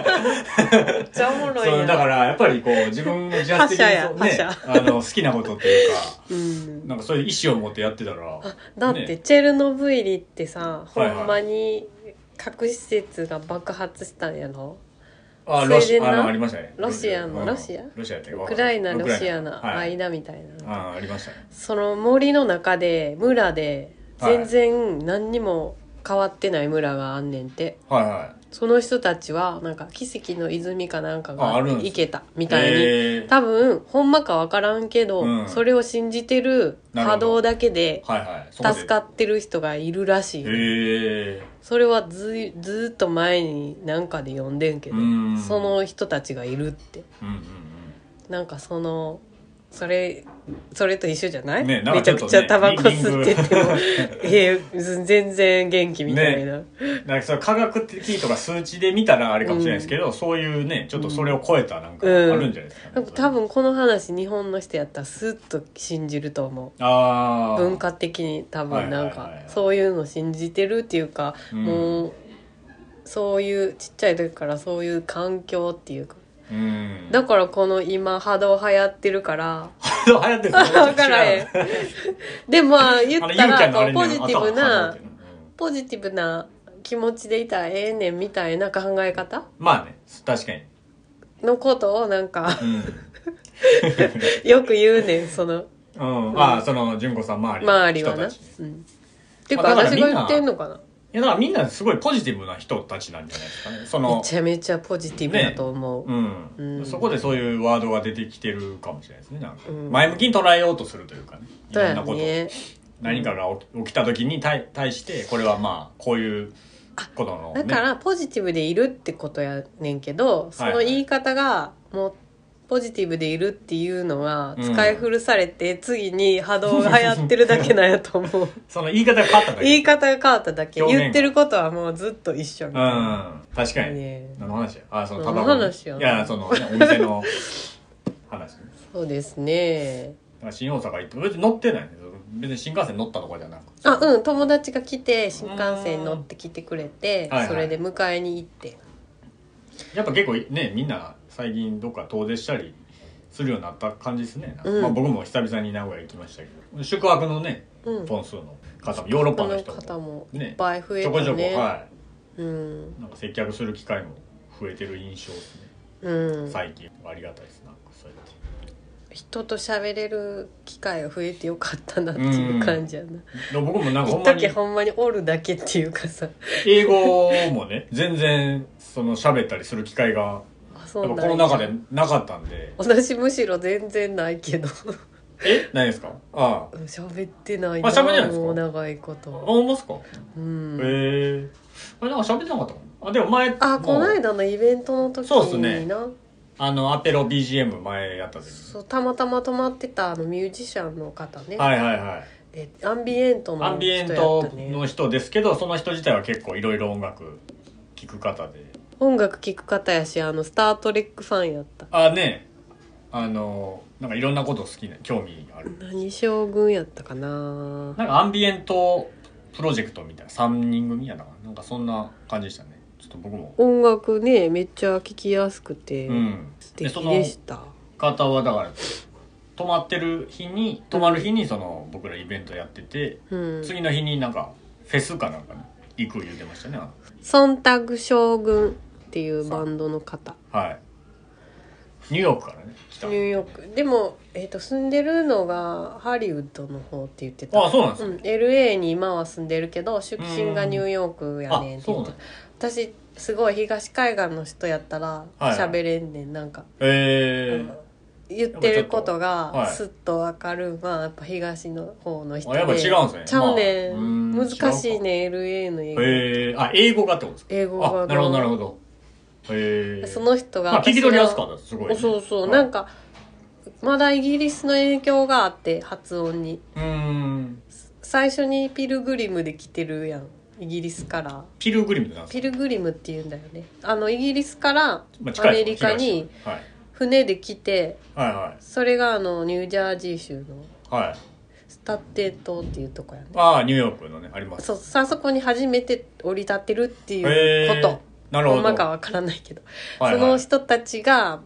Speaker 2: い
Speaker 1: めっちゃおも
Speaker 2: な
Speaker 1: ろい
Speaker 2: そうだかららやっぱりこう自分が自発的にそ う
Speaker 1: 覇
Speaker 2: ね
Speaker 1: 者や
Speaker 2: あの好きなことっていうか
Speaker 1: うん
Speaker 2: なんかそういう意思を持ってやってたら
Speaker 1: あだって
Speaker 2: ね
Speaker 1: チェルノブイリってさ、
Speaker 2: はいはい
Speaker 1: ほんまに核施設が爆発したんやろ
Speaker 2: あ
Speaker 1: それ
Speaker 2: ロシ
Speaker 1: でな
Speaker 2: あのありましたね
Speaker 1: ロシアの
Speaker 2: うん
Speaker 1: ロシア
Speaker 2: ロシアやったっけ
Speaker 1: ウクライナ
Speaker 2: わかん
Speaker 1: ロ
Speaker 2: ない
Speaker 1: シアの
Speaker 2: はい
Speaker 1: 間みたいな、
Speaker 2: あありましたね
Speaker 1: その森の中で村で
Speaker 2: はい
Speaker 1: 全然何にも変わってない村があんねんて、
Speaker 2: はいは
Speaker 1: その人たちはなんか奇跡の泉かなんかが
Speaker 2: ああるんです
Speaker 1: 行けた
Speaker 2: い
Speaker 1: みたいに、
Speaker 2: えー
Speaker 1: 多分ほんまかわからんけど、
Speaker 2: うん
Speaker 1: それを信じてる波動だけで
Speaker 2: はいはいそこで
Speaker 1: 助かってる人がいるらしい、
Speaker 2: へえ
Speaker 1: それはずいずーっと前になんかで読んでんけど
Speaker 2: うん
Speaker 1: その人たちがいるって
Speaker 2: うんうん
Speaker 1: なんかそのそれそれと一緒じゃな
Speaker 2: う
Speaker 1: い、
Speaker 2: んねなん
Speaker 1: め
Speaker 2: か
Speaker 1: ちゃ
Speaker 2: ょっ
Speaker 1: く
Speaker 2: と
Speaker 1: ちゃ
Speaker 2: ね
Speaker 1: タバコ
Speaker 2: リング
Speaker 1: 吸っててもえー全然元気みたいな、
Speaker 2: なんかその科学的とか数値で見たらあれかもしれないですけど、そういうねちょっとそれを超えたなんかあ
Speaker 1: うん
Speaker 2: るんじゃないですか、ね
Speaker 1: なんか多分この話日本の人やったらスッと信じると思う
Speaker 2: ああ
Speaker 1: 文化的に多分なん
Speaker 2: はいはい
Speaker 1: か
Speaker 2: はいはい
Speaker 1: そういうの信じてるっていうか、
Speaker 2: うん
Speaker 1: もうそういうちっちゃい時からそういう環境っていうか
Speaker 2: うん
Speaker 1: だからこの今波動流行ってるから
Speaker 2: 流 行ってるの
Speaker 1: 分 からへんでもまあ言
Speaker 2: あの
Speaker 1: っ
Speaker 2: ユ
Speaker 1: た
Speaker 2: ーキャ
Speaker 1: ら
Speaker 2: ンのあ
Speaker 1: こ
Speaker 2: れ
Speaker 1: う
Speaker 2: に
Speaker 1: ポ
Speaker 2: あの
Speaker 1: ジティブ
Speaker 2: 頭
Speaker 1: な
Speaker 2: 挟んでるうん
Speaker 1: ポジティブな気持ちでいたらええねんみたいな考え方
Speaker 2: まあね確かに、
Speaker 1: のことをなんか
Speaker 2: う
Speaker 1: よく言うねんその
Speaker 2: んうん、ああその純子さん周りの
Speaker 1: 周りは
Speaker 2: 人
Speaker 1: な。
Speaker 2: たちね
Speaker 1: うん、てか
Speaker 2: まあだから
Speaker 1: 私が言ってんのかない
Speaker 2: やだからみんなすごいポジティブな人たちなんじゃないですかねそ
Speaker 1: め
Speaker 2: の、
Speaker 1: ちゃめちゃポジティブだと思う、
Speaker 2: うん
Speaker 1: うん
Speaker 2: そこでそういうワードが出てきてるかもしれないですねなんか
Speaker 1: うん
Speaker 2: 前向きに捉えようとするというかねい
Speaker 1: そう
Speaker 2: ろん
Speaker 1: や
Speaker 2: なこと、
Speaker 1: ね
Speaker 2: 何かが起き起きた時に対対してこれはまあこういうことの、ね、
Speaker 1: だからポジティブでいるってことやねんけど、その言い方がもうポジティブでいるっていうのが
Speaker 2: うん
Speaker 1: 使い古されて、次に波動が流行ってるだけなんやと 思う
Speaker 2: その言い方が変わっただけ
Speaker 1: 言い方が変わっただけ
Speaker 2: 表現が
Speaker 1: 言ってることはもうずっと一緒み
Speaker 2: う
Speaker 1: たいなん
Speaker 2: 確かに、
Speaker 1: ね
Speaker 2: 何の話やあその
Speaker 1: 何
Speaker 2: タ
Speaker 1: の
Speaker 2: バコ
Speaker 1: 話や
Speaker 2: いやその、ね、お店の話ね
Speaker 1: そうですね
Speaker 2: だから新大阪行って別に乗ってないね別に新幹線乗ったとかじゃなく
Speaker 1: あうん友達が来て新幹線に乗ってきてくれて、
Speaker 2: うんはいはい
Speaker 1: それで迎えに行って、
Speaker 2: やっぱ結構ねみんな最近どっか遠出したりするようになった感じですね、
Speaker 1: うん
Speaker 2: まあ、僕も久々に名古屋行きましたけど宿泊のね
Speaker 1: うん、
Speaker 2: 本数の方もヨーロッパ
Speaker 1: 他
Speaker 2: の
Speaker 1: の
Speaker 2: 人も
Speaker 1: 方もい
Speaker 2: ね
Speaker 1: っぱい増えた
Speaker 2: ちょ
Speaker 1: ね
Speaker 2: こちょこ、は
Speaker 1: うん
Speaker 2: いなんか接客する機会も増えてる印象ですね
Speaker 1: うん、
Speaker 2: 最近ありがたいですなんかそうやっ
Speaker 1: 人と喋れる機会が増えてよかったなっていう感じやな、
Speaker 2: てでも僕もなん
Speaker 1: 一
Speaker 2: かほんま
Speaker 1: 時
Speaker 2: に
Speaker 1: ほんまにおるだけっていうかさ
Speaker 2: 英語もね全然その喋ったりする機会が
Speaker 1: あ
Speaker 2: や
Speaker 1: そ
Speaker 2: っぱ
Speaker 1: う
Speaker 2: コロ
Speaker 1: なん
Speaker 2: ナ禍
Speaker 1: や
Speaker 2: でなかったんで
Speaker 1: 私むしろ全然ないけど
Speaker 2: えないですかああ
Speaker 1: うん喋ってない
Speaker 2: あ喋ってないんですか
Speaker 1: もう長いこ
Speaker 2: あ
Speaker 1: と、
Speaker 2: 思いますか
Speaker 1: うん
Speaker 2: へえあれなんか喋ってなかったかなあでも前
Speaker 1: あこの
Speaker 2: もう
Speaker 1: 間のイベントの時にな
Speaker 2: そうっすねあのアペロ BGM 前やった時に
Speaker 1: そうたまたま泊まってたあのミュージシャンの方ね、
Speaker 2: はいはいはい
Speaker 1: えアンビエントの
Speaker 2: アンビエン
Speaker 1: や
Speaker 2: ト
Speaker 1: ったね
Speaker 2: の人ですけどその人自体は結構いろいろ音楽聴く方で
Speaker 1: 音楽聴く方やしあの「スター・トレック」ファンやった
Speaker 2: あねあのなんかいろんなこと好きな興味がある
Speaker 1: 何将軍やったかな
Speaker 2: なんかアンビエントプロジェクトみたいな3人組やななんかそんな感じでしたねちょっと僕も
Speaker 1: 音楽ねめっちゃ聴きやすくて
Speaker 2: うん
Speaker 1: 素
Speaker 2: で
Speaker 1: 敵
Speaker 2: その
Speaker 1: でした、
Speaker 2: 方はだから泊まってる日に泊まる日にその僕らイベントやってて
Speaker 1: うん
Speaker 2: 次の日になんかフェスかなんかに行く言ってましたねあの
Speaker 1: 忖度将軍っていうバンドの方
Speaker 2: はいニューヨークからね来た
Speaker 1: ニューヨークでも、えー、と住んでるのがハリウッドの方って言ってた
Speaker 2: あそうなんです
Speaker 1: う
Speaker 2: か、
Speaker 1: ん、LA に今は住んでるけど出身がニューヨークやねんって
Speaker 2: あそう
Speaker 1: 言
Speaker 2: な
Speaker 1: って
Speaker 2: んで
Speaker 1: た
Speaker 2: す
Speaker 1: 私すごい東海岸の人やったら
Speaker 2: はい
Speaker 1: 喋れんねんなんか、
Speaker 2: えー
Speaker 1: 言ってること
Speaker 2: は
Speaker 1: が
Speaker 2: い
Speaker 1: すっとわかるんはやっぱ東の方の人
Speaker 2: あやっぱ違うんすね
Speaker 1: ちゃうねん、
Speaker 2: まあうん
Speaker 1: 難しいねん LA の英語、
Speaker 2: えー、あ英語がってことですか
Speaker 1: 英語が
Speaker 2: あなるほどなるほどえー、
Speaker 1: その人が
Speaker 2: まあ、聞き取りやすかった
Speaker 1: 私
Speaker 2: ですすごい
Speaker 1: が
Speaker 2: ね、
Speaker 1: そうそうなん
Speaker 2: か
Speaker 1: かまだイギリスの影響があって発音に
Speaker 2: うーん
Speaker 1: 最初にピルグリムで来てるやんイギリスから
Speaker 2: ピルグリムってなんです
Speaker 1: ピ
Speaker 2: か
Speaker 1: ルグリムって言うんだよねあのイギリスから
Speaker 2: まあ
Speaker 1: ア
Speaker 2: 近
Speaker 1: メ
Speaker 2: い
Speaker 1: リ
Speaker 2: ですね
Speaker 1: カに
Speaker 2: 東はい
Speaker 1: 船で来て
Speaker 2: はいは
Speaker 1: それがあのニュージャージー州の
Speaker 2: いはい
Speaker 1: ス立ってとっていうとこやね
Speaker 2: ああニューヨークのねあります
Speaker 1: そうさあそこに初めて降り立ってるってい
Speaker 2: へ
Speaker 1: うこと、
Speaker 2: なるほ
Speaker 1: ほ
Speaker 2: ど
Speaker 1: んまかわからないけど、
Speaker 2: はいはい
Speaker 1: その人たちが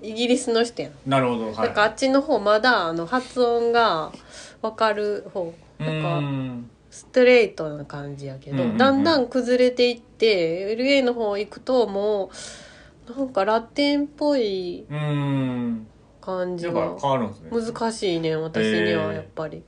Speaker 1: イギリスの人やん
Speaker 2: なるほどは
Speaker 1: なんかあっちの方まだあの発音がわかる方
Speaker 2: い
Speaker 1: なん
Speaker 2: うー
Speaker 1: か
Speaker 2: ん
Speaker 1: ストレートな感じやけど、
Speaker 2: うんうんうん
Speaker 1: だんだん崩れていって LA の方行くともうなんかラテンっぽいう
Speaker 2: ーん
Speaker 1: 感じ
Speaker 2: やっ
Speaker 1: が
Speaker 2: ぱ変わるんですね
Speaker 1: 難しいね私にはやっぱり、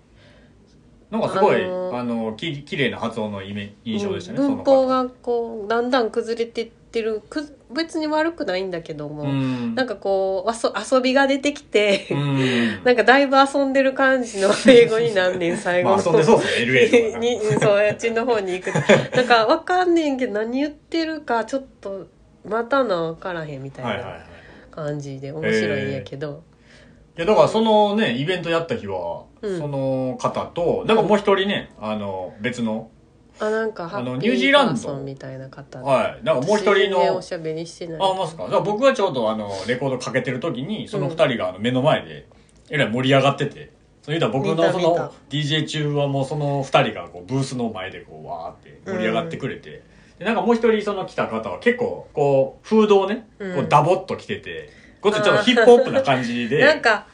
Speaker 2: なんかすごい
Speaker 1: あのー
Speaker 2: あのき綺麗な発音のイメ印象でしたね、
Speaker 1: うん
Speaker 2: そ
Speaker 1: 文
Speaker 2: の方
Speaker 1: 法がこうだんだん崩れてってるく別に悪くないんだけども、
Speaker 2: うん
Speaker 1: なんかこうあそ遊びが出てきて、
Speaker 2: うん
Speaker 1: なんかだいぶ遊んでる感じの英語になんねん最後
Speaker 2: ま
Speaker 1: の
Speaker 2: あ遊んでそう ですね LA とか
Speaker 1: にそう家賃の方に行 くとなんかわかんねんけど何言ってるかちょっとまたな分からへんみた
Speaker 2: はい
Speaker 1: い
Speaker 2: はいはい
Speaker 1: な感じで面白いんやけど、
Speaker 2: いやだからそのねイベントやった日は、
Speaker 1: うん
Speaker 2: その方となんかもう一人ねあの別の
Speaker 1: あなんかハ
Speaker 2: あの
Speaker 1: ッ
Speaker 2: ニ
Speaker 1: ピ
Speaker 2: ュージ
Speaker 1: ー
Speaker 2: ー
Speaker 1: パ
Speaker 2: ランド
Speaker 1: ーソンみたいな方
Speaker 2: はいなんかもう一人
Speaker 1: 全然
Speaker 2: の
Speaker 1: おしゃべりしてない
Speaker 2: あ、ますか。だから僕がちょうどあの、レコードかけてる時に、その二人があの目の前で、えらい盛り上がってて、その言うたら僕
Speaker 1: 見た
Speaker 2: のそ
Speaker 1: 見た
Speaker 2: の、DJ 中はもうその二人がこう、ブースの前でこう、わーって盛り上がってくれて、で、なんかもう一人その来た方は結構、こう、フードをね、
Speaker 1: うん
Speaker 2: こう、ダボっと着てて、こっちちょっとヒップホップな感じで、
Speaker 1: なんか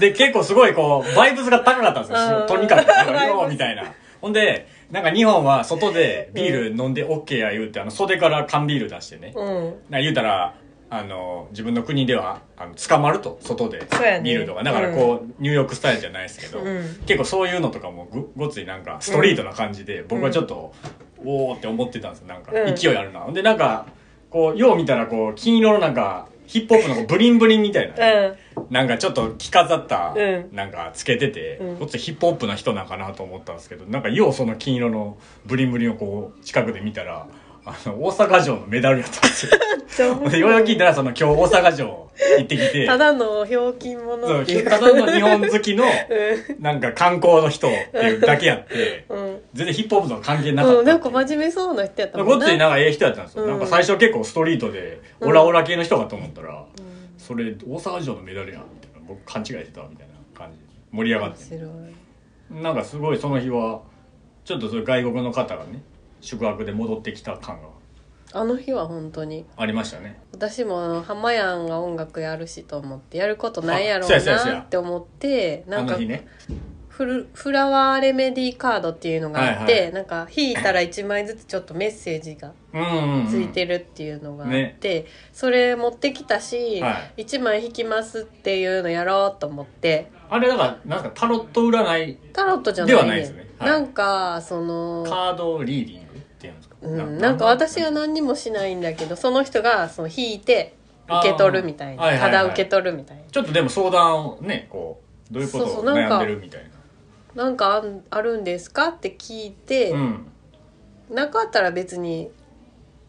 Speaker 2: で、結構すごいこう、バイブスが高かったんです
Speaker 1: う
Speaker 2: よ。
Speaker 1: ん
Speaker 2: とにかく、なん
Speaker 1: バ
Speaker 2: か
Speaker 1: イブ
Speaker 2: よ
Speaker 1: ス
Speaker 2: ーみたいな。ほんで、なんか日本は外でビール飲んで OK や言うて、あの、袖から缶ビール出してね、
Speaker 1: うん
Speaker 2: な言うたらあの自分の国ではあの捕まると外で
Speaker 1: そうやね
Speaker 2: 見るとか、だからこう、ニューヨークスタイルじゃないですけど、
Speaker 1: うん
Speaker 2: 結構そういうのとかもごごっついなんかストリートな感じで、僕はちょっと、おーって思ってたんですよなんか、
Speaker 1: うん
Speaker 2: 勢いあるなほんでなんかこうよう見たらこう金色のなんかヒップホップのこうブリンブリンみたいな、
Speaker 1: うん
Speaker 2: なんかちょっと着飾った
Speaker 1: うん
Speaker 2: なんかつけてて、
Speaker 1: うん
Speaker 2: こっちヒップホップな人なんかなと思ったんですけどなんかようその金色のブリンブリンをこう近くで見たらあの大阪城のメダルやったんですよ。で ようやく聞いたらその今日大阪城行ってきて
Speaker 1: ただのひょうきん
Speaker 2: そ
Speaker 1: 者
Speaker 2: う
Speaker 1: っていう
Speaker 2: ただの日本好きの
Speaker 1: う
Speaker 2: なんか観光の人っていうだけやって
Speaker 1: んうん
Speaker 2: 全然ヒップホップとは関係なかった
Speaker 1: う
Speaker 2: っ
Speaker 1: ん、
Speaker 2: てい
Speaker 1: な
Speaker 2: うん
Speaker 1: か真面目そうな人やった
Speaker 2: ごっついなんかええ人やったんですよ、
Speaker 1: うん
Speaker 2: なんか最初結構ストリートでオラオラ系の人かと思ったら、それ大阪城のメダルやんみたいな僕勘違いしてたみたいな感じで盛り上がっ
Speaker 1: 面
Speaker 2: て
Speaker 1: 白い
Speaker 2: なんかすごいその日はちょっとそういう外国の方がね宿泊で戻ってきた感が
Speaker 1: あの日は本当に
Speaker 2: ありましたね
Speaker 1: 私もあの浜やんが音楽やるしと思ってやることないやろ
Speaker 2: あそうやそうやそうう
Speaker 1: な
Speaker 2: や
Speaker 1: って思ってな
Speaker 2: あ
Speaker 1: ん
Speaker 2: の
Speaker 1: か
Speaker 2: 日ね
Speaker 1: フルフラワーレメディーカードっていうのがあって、
Speaker 2: はいは
Speaker 1: なんか引いたら1枚ずつちょっとメッセージが
Speaker 2: うんうん、うん、
Speaker 1: ついてるっていうのがあって、それ持ってきたし、
Speaker 2: は
Speaker 1: 1枚引きますっていうのやろうと思って
Speaker 2: あれだからなんかタロット占い
Speaker 1: タロットじゃない
Speaker 2: ではないですねはい
Speaker 1: なんかその、
Speaker 2: カードリーディングっていうんですか、
Speaker 1: うん、なんか私は何にもしないんだけどその人がその引いて受け取るみたいな、
Speaker 2: あーはいはいはい
Speaker 1: ただ受け取るみたいな。
Speaker 2: ちょっとでも相談をねこうどういうこと
Speaker 1: そうそう
Speaker 2: を
Speaker 1: なんか
Speaker 2: 悩んでるみたいな
Speaker 1: なんかあんあるんですかって聞いて、
Speaker 2: うん
Speaker 1: なかったら別に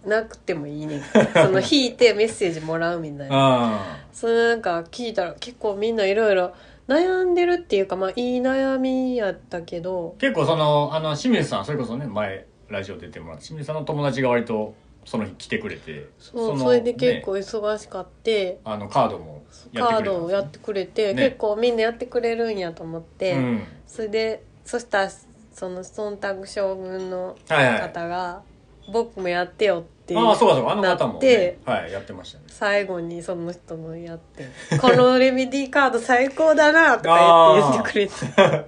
Speaker 1: なくてもいい ねんその引いてメッセージもらうみたいな
Speaker 2: あ
Speaker 1: それなんか聞いたら結構みんないろいろ悩んでるっていうかまあいい悩みやったけど
Speaker 2: 結構そのあの清水さんそれこそね前ラジオ出てもらって清水さんの友達が割とその日来てくれて
Speaker 1: そうそ
Speaker 2: の
Speaker 1: れで結
Speaker 2: ね
Speaker 1: 構忙しかって、
Speaker 2: あのカードもやって
Speaker 1: カ
Speaker 2: く
Speaker 1: ー
Speaker 2: れた
Speaker 1: ドをやってくれて、
Speaker 2: ね
Speaker 1: 結構みんなやってくれるんやと思って、
Speaker 2: うん
Speaker 1: それでそしたらその忖度将軍の
Speaker 2: はいはい
Speaker 1: 方が「僕もやってよ」っていう
Speaker 2: ああそうかそうかあの方
Speaker 1: なっ
Speaker 2: も、
Speaker 1: て
Speaker 2: ね、はいやってましたね
Speaker 1: 最後にその人のやって「このレメディーカード最高だな」とか言って言ってくれて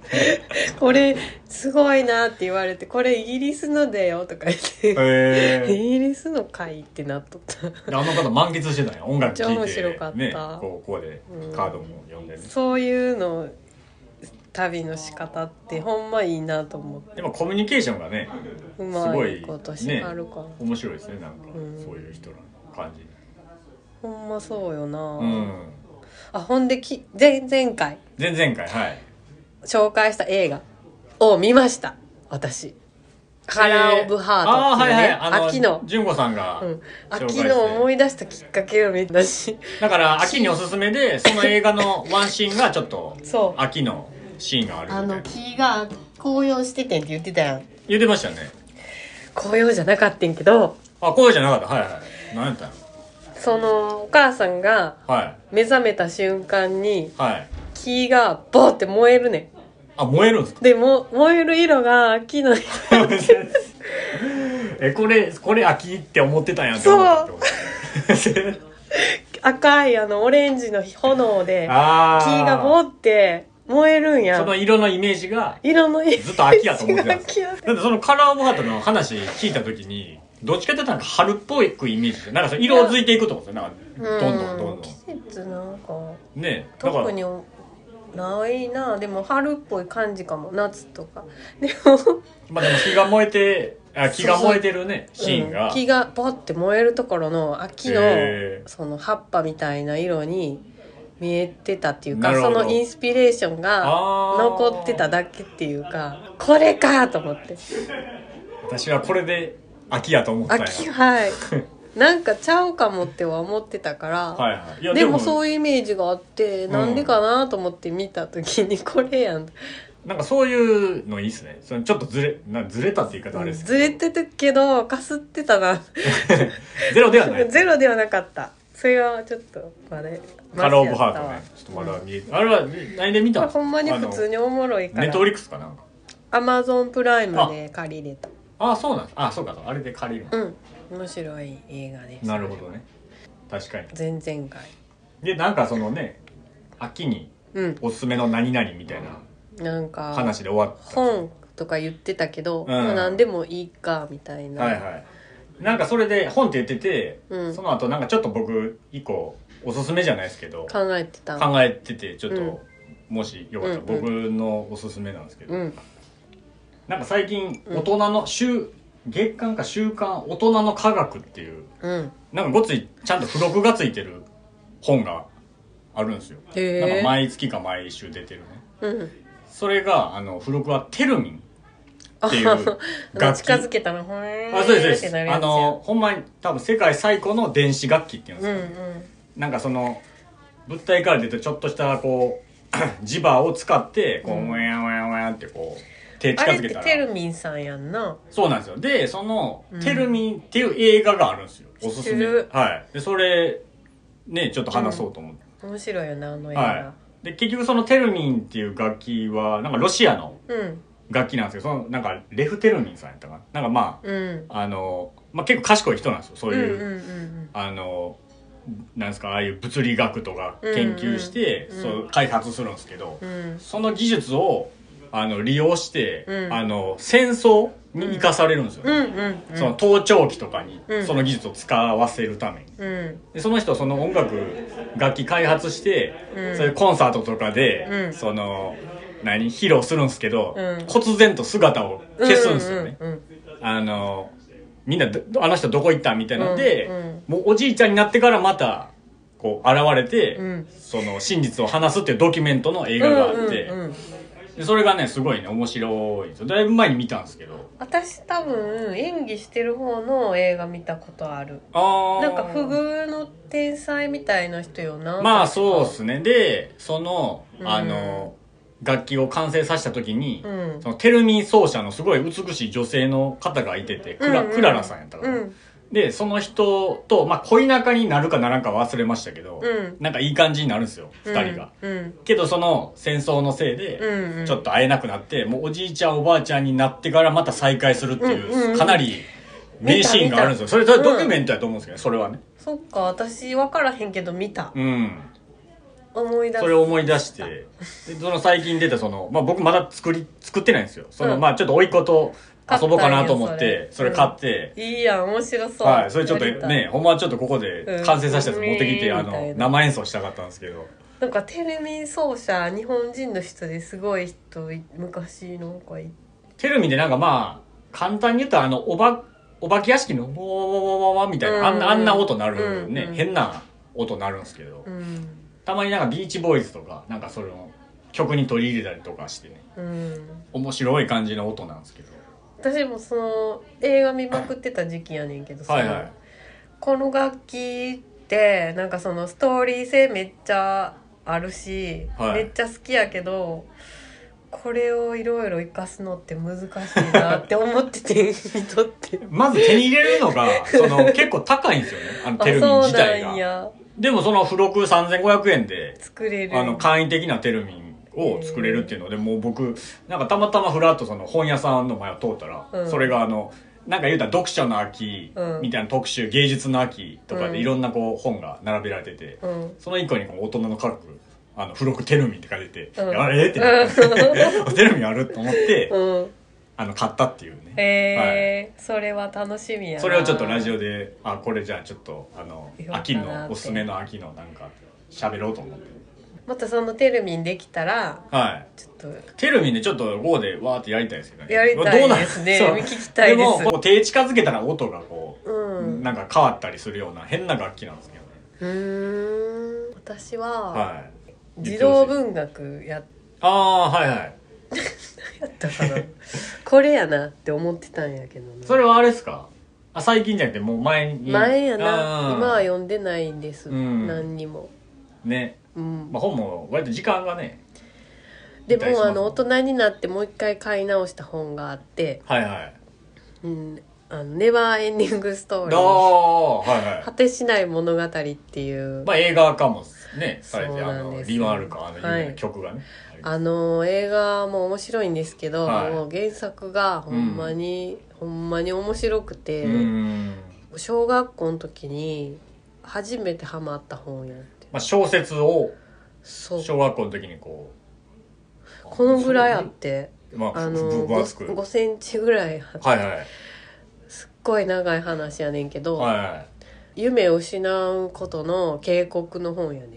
Speaker 1: 「これすごいな」って言われて「これイギリスのだよ」とか言って「
Speaker 2: へえ
Speaker 1: イギリスの会?」ってなっとった
Speaker 2: あの方満喫してたんや音楽聴いて、ね、
Speaker 1: めっちゃ面白かった
Speaker 2: ね、こうここでカードも読んでね、
Speaker 1: そういうの旅の仕方ってほんまいいなと思って
Speaker 2: でもコミュニケーションがね
Speaker 1: う
Speaker 2: す
Speaker 1: ま
Speaker 2: ご
Speaker 1: い
Speaker 2: い
Speaker 1: ことし
Speaker 2: ね
Speaker 1: はるから、
Speaker 2: 面白いですねなんか、
Speaker 1: うん
Speaker 2: そういう人の感じ
Speaker 1: ほんまそうよな、
Speaker 2: うん
Speaker 1: あほんでき前前回
Speaker 2: 前々回はい
Speaker 1: 紹介した映画を見ました私「カラー・オブ・ハート」っていうね、
Speaker 2: えーあーはいはい、あの
Speaker 1: 秋の、
Speaker 2: 純子さんが、
Speaker 1: うん、
Speaker 2: 紹介
Speaker 1: 秋
Speaker 2: して
Speaker 1: の思い出したきっかけを見たし
Speaker 2: だから秋におすすめでその映画のワンシーンがちょっと
Speaker 1: そう
Speaker 2: 秋のシーンがあるみ
Speaker 1: あ
Speaker 2: たい
Speaker 1: の
Speaker 2: な
Speaker 1: 木が紅葉しててんって言ってたやん
Speaker 2: 言ってましたね
Speaker 1: 紅葉じゃなかったんけど
Speaker 2: あこうじゃなかったはいはい何やったの
Speaker 1: そのお母さんが
Speaker 2: はい
Speaker 1: 目覚めた瞬間に
Speaker 2: はい
Speaker 1: 木がボーって燃えるねん
Speaker 2: あ燃えるんですか
Speaker 1: でも燃える色が秋の色
Speaker 2: えこれこれ秋って思ってたんやって思ったってこと
Speaker 1: 赤いあのオレンジの炎で
Speaker 2: あー
Speaker 1: 木がぼって燃えるんや
Speaker 2: その色のイメージが
Speaker 1: 色の色
Speaker 2: ずっと秋やと思ってたんです
Speaker 1: 秋
Speaker 2: よ
Speaker 1: や
Speaker 2: だってそのカラーオブハートの話聞いた時にどっちかっていうとなんか春っぽいイメージでなんかその色づいていくと思うんですよなんかどんどんどんど
Speaker 1: 季節なんか
Speaker 2: んねだから
Speaker 1: 特にないなでも春っぽい感じかも夏とかでも
Speaker 2: まあでも木が燃えてあ木が燃えてるねシーン
Speaker 1: う
Speaker 2: が
Speaker 1: ん木がぼって燃えるところの秋の
Speaker 2: へー
Speaker 1: その葉っぱみたいな色に見えてたっていうか
Speaker 2: なる
Speaker 1: そ
Speaker 2: ほど
Speaker 1: のインスピレーションが
Speaker 2: あー
Speaker 1: 残ってただけっていうかこれかと思って
Speaker 2: 私はこれで秋やと思ったんや
Speaker 1: 秋はいなんかちゃうかもっては思ってたから、
Speaker 2: はいはいいや
Speaker 1: でもそうういうイメージがあって
Speaker 2: ん
Speaker 1: なんでかなと思って見た時にこれやん
Speaker 2: なんかそういうのいいっすねそのちょっとずれなずれたって言い方あれですけ
Speaker 1: ずれてたけどかすってたな
Speaker 2: どゼロではない
Speaker 1: ゼロではなかったそれはちょっとあれ
Speaker 2: カラーオブハート
Speaker 1: マシや
Speaker 2: ね
Speaker 1: っ
Speaker 2: ち
Speaker 1: た
Speaker 2: ょっ
Speaker 1: わ
Speaker 2: とまだ
Speaker 1: うん
Speaker 2: 見えてあれは何で見たんですか
Speaker 1: ほんまに普通におもろい
Speaker 2: あ
Speaker 1: か
Speaker 2: のネットフ
Speaker 1: ら
Speaker 2: リックスかなんか
Speaker 1: アマゾンプライムで借りれた
Speaker 2: ああそうなんですあそうかそうあれで借りる
Speaker 1: うん面白い映画です
Speaker 2: なるほどね確かに
Speaker 1: 前々回
Speaker 2: でなんかそのね秋に
Speaker 1: うん
Speaker 2: おすすめの何々みたいな
Speaker 1: なんか
Speaker 2: 話で終わった
Speaker 1: 本とか言ってたけど、
Speaker 2: ん
Speaker 1: まあ何でもいいかみたいな、
Speaker 2: はいはいなんかそれで本って言ってて、
Speaker 1: うん
Speaker 2: その後なんかちょっと僕以降おすすめじゃないですけど
Speaker 1: 考えてた
Speaker 2: 考えててちょっと、
Speaker 1: うん
Speaker 2: もしよかったら
Speaker 1: うんうん
Speaker 2: 僕のおすすめなんですけど、
Speaker 1: うん
Speaker 2: なんか最近
Speaker 1: うん
Speaker 2: 大人の週月刊か週刊大人の科学っていう
Speaker 1: うん
Speaker 2: なんかごついちゃんと付録がついてる本があるんですよ、
Speaker 1: へ
Speaker 2: なん
Speaker 1: え
Speaker 2: か毎月か毎週出てるね
Speaker 1: うん
Speaker 2: それがあの付録はテルミンってい う
Speaker 1: あ
Speaker 2: 楽器
Speaker 1: 近づけたらほえ
Speaker 2: あそうです
Speaker 1: って
Speaker 2: そ
Speaker 1: なる
Speaker 2: うです
Speaker 1: や
Speaker 2: あ
Speaker 1: つや
Speaker 2: のほんまに多分世界最古の電子楽器っていうんです
Speaker 1: う
Speaker 2: か、
Speaker 1: んうん
Speaker 2: なんかその物体から出てちょっとしたこう 磁場を使ってこうウ
Speaker 1: うん
Speaker 2: ェンウェンウェンってこう手
Speaker 1: あ
Speaker 2: 近
Speaker 1: れっ
Speaker 2: づけ
Speaker 1: て
Speaker 2: たら
Speaker 1: テルミンさんやんな
Speaker 2: そうなんですよでその、
Speaker 1: うん
Speaker 2: テルミンっていう映画があるんですよおすす
Speaker 1: 知って
Speaker 2: め
Speaker 1: る
Speaker 2: はいでそれねちょっと話そうと思って、
Speaker 1: 面白いよなあの映画、
Speaker 2: はいで結局そのテルミンっていう楽器はなんかロシアの
Speaker 1: うん
Speaker 2: 楽器なんですけどそのなんかレフテルミンさんやったかななんかま
Speaker 1: うん
Speaker 2: ああの、まあ、結構賢い人なんですよそううん
Speaker 1: うん
Speaker 2: いう、
Speaker 1: うん
Speaker 2: あのなんですかああいう物理学とか研究して、
Speaker 1: うんうん
Speaker 2: そう開発するんですけど、
Speaker 1: うんうん
Speaker 2: その技術をあの利用して、
Speaker 1: うん
Speaker 2: あの戦争に生かされるんですよ、
Speaker 1: うんうんうん
Speaker 2: その盗聴器とかに、
Speaker 1: うん
Speaker 2: その技術を使わせるために
Speaker 1: うん
Speaker 2: でその人はその音楽楽器開発して、
Speaker 1: うん
Speaker 2: そういうコンサートとかで、
Speaker 1: うん
Speaker 2: その何披露するんですけど、
Speaker 1: うん
Speaker 2: 忽然と姿を消すんですよね、
Speaker 1: うんうん
Speaker 2: あのみんなどあの人どこ行ったみたいなので、
Speaker 1: うん
Speaker 2: もうおじいちゃんになってからまたこう現れて、
Speaker 1: うん
Speaker 2: その真実を話すっていうドキュメントの映
Speaker 1: う
Speaker 2: 画
Speaker 1: ん
Speaker 2: があっ
Speaker 1: うん
Speaker 2: て、
Speaker 1: うんうん
Speaker 2: でそれがねすごいね面白いんですよだいぶ前に見たんですけど
Speaker 1: 私多分演技してる方の映画見たことある
Speaker 2: ああ
Speaker 1: なんか不遇の天才みたいな人よな
Speaker 2: まあ
Speaker 1: 確か
Speaker 2: そうですねでその
Speaker 1: うん
Speaker 2: あの、楽器を完成させた時に、
Speaker 1: うん
Speaker 2: そのテルミン奏者のすごい美しい女性の方がいてて、クラ
Speaker 1: うんうん
Speaker 2: クララさんやったか
Speaker 1: う
Speaker 2: ら、
Speaker 1: ん
Speaker 2: でその人と、まあ、恋仲になるかならんか忘れましたけど、
Speaker 1: うん
Speaker 2: なんかいい感じになるんですよ二人が、
Speaker 1: うん
Speaker 2: けどその戦争のせいで、
Speaker 1: うんうん
Speaker 2: ちょっと会えなくなってもうおじいちゃんおばあちゃんになってからまた再会するっていう、
Speaker 1: うんうん
Speaker 2: かなり名シーンがあるんですよそれそれドキュメントやと思うんですけど、それはね
Speaker 1: そっか私分からへんけど見た
Speaker 2: うん
Speaker 1: 思い出す
Speaker 2: それを思い出してでその最近出たその、まあ、僕まだ作り作ってないんですよその、
Speaker 1: うん
Speaker 2: まあちょっと甥いっ子と遊ぼうかなと思っ
Speaker 1: 買ったん
Speaker 2: て
Speaker 1: や
Speaker 2: そ
Speaker 1: そ
Speaker 2: れ
Speaker 1: れ
Speaker 2: 買って、
Speaker 1: いいやん面白そう
Speaker 2: はい、それちょっと
Speaker 1: やりたい
Speaker 2: ねほんまはちょっとここで完成させたやつ持ってきて、
Speaker 1: うん
Speaker 2: あ
Speaker 1: みたい
Speaker 2: の
Speaker 1: な
Speaker 2: 生演奏したかったんですけど
Speaker 1: なんかテレミ奏者日本人の人ですごい人い昔なんかい
Speaker 2: テルミでなんかまあ簡単に言ったらあのおばお化け屋敷の「わわわわわ」みたいなあんなあんな音なるね、
Speaker 1: うんうん
Speaker 2: 変な音なるんですけど、
Speaker 1: うん
Speaker 2: たまになんかビーチボーイズとかなんかそれを曲に取り入れたりとかしてね
Speaker 1: うん
Speaker 2: 面白い感じの音なんですけど
Speaker 1: 私もその映画見まくってた時期やねんけど
Speaker 2: はいはい
Speaker 1: そのこの楽器ってなんかそのストーリー性めっちゃあるし、
Speaker 2: はい
Speaker 1: めっちゃ好きやけどこれをいろいろ活かすのって難しいなって思ってて見とって
Speaker 2: まず手に入れるのが その結構高いんですよねあの テルミン
Speaker 1: あそう
Speaker 2: 自体
Speaker 1: なん
Speaker 2: が
Speaker 1: や
Speaker 2: でもその付録3500円で
Speaker 1: 作れる
Speaker 2: あの簡易的なテルミンを作れるっていうので、もう僕なんかたまたまふらっとその本屋さんの前を通ったら、
Speaker 1: うん
Speaker 2: それがあのなんか言うたら読書の秋
Speaker 1: うん
Speaker 2: みたいな特集、芸術の秋とか
Speaker 1: うん
Speaker 2: でいろんなこう本が並べられてて、
Speaker 1: うん
Speaker 2: その一個にこう大人の科学あの付録テルミンって書いてて、
Speaker 1: うん
Speaker 2: あれってなってテル ミンあると思って、
Speaker 1: うん
Speaker 2: あの買ったっていうね、
Speaker 1: えーそれは楽しみやな
Speaker 2: それをちょっとラジオであこれじゃあちょっとあの
Speaker 1: 言おうかなって
Speaker 2: 秋のおすすめの秋のなんか喋ろうと思って
Speaker 1: またそのテルミンできたら
Speaker 2: はい
Speaker 1: ちょっと
Speaker 2: テルミンでちょっと GO でわーってやりたいですけどね
Speaker 1: やりたいですね
Speaker 2: どうなん
Speaker 1: 聞きたいです
Speaker 2: そうもこう手近づけたら音がこ
Speaker 1: う
Speaker 2: う、
Speaker 1: ん
Speaker 2: なんか変わったりするような変な楽器なんですけどね
Speaker 1: うーん私は、
Speaker 2: はい
Speaker 1: 児童文学や
Speaker 2: ああはいはい
Speaker 1: やったか なこれやなって思ってたんやけどな
Speaker 2: それはあれですかあ最近じゃなくてもう前に
Speaker 1: 前やな
Speaker 2: あー
Speaker 1: 今は読んでないんです、
Speaker 2: うん
Speaker 1: 何にも、
Speaker 2: ね、
Speaker 1: うん
Speaker 2: まあ、本も割と時間がね
Speaker 1: で
Speaker 2: 見たりし
Speaker 1: も
Speaker 2: ます
Speaker 1: あの大人になってもう一回買い直した本があって
Speaker 2: はいはい
Speaker 1: 「うん、あのネバーエンディングストーリ
Speaker 2: あ
Speaker 1: ー」
Speaker 2: あはいは
Speaker 1: 「
Speaker 2: い
Speaker 1: 果てしない物語」っていう、
Speaker 2: まあ映画化もね、
Speaker 1: そう
Speaker 2: されて、あ
Speaker 1: なん
Speaker 2: の、
Speaker 1: です
Speaker 2: リ
Speaker 1: よ
Speaker 2: ワールか、あの、有名な曲がね。
Speaker 1: あの映画も面白いんですけど、
Speaker 2: はい
Speaker 1: もう原作がほんまに、ほんまに面白くて、
Speaker 2: うーん。
Speaker 1: 小学校の時に初めてハマった本やって
Speaker 2: まあ小説を
Speaker 1: そう
Speaker 2: 小学校の時にこう。
Speaker 1: このぐらいあって
Speaker 2: まあ、
Speaker 1: あ
Speaker 2: ぶ
Speaker 1: の
Speaker 2: 分厚く。
Speaker 1: 5センチぐらいあって
Speaker 2: はいはい。
Speaker 1: すっごい長い話やねんけど、
Speaker 2: はいはい。
Speaker 1: 夢を失うことの警告の本やねん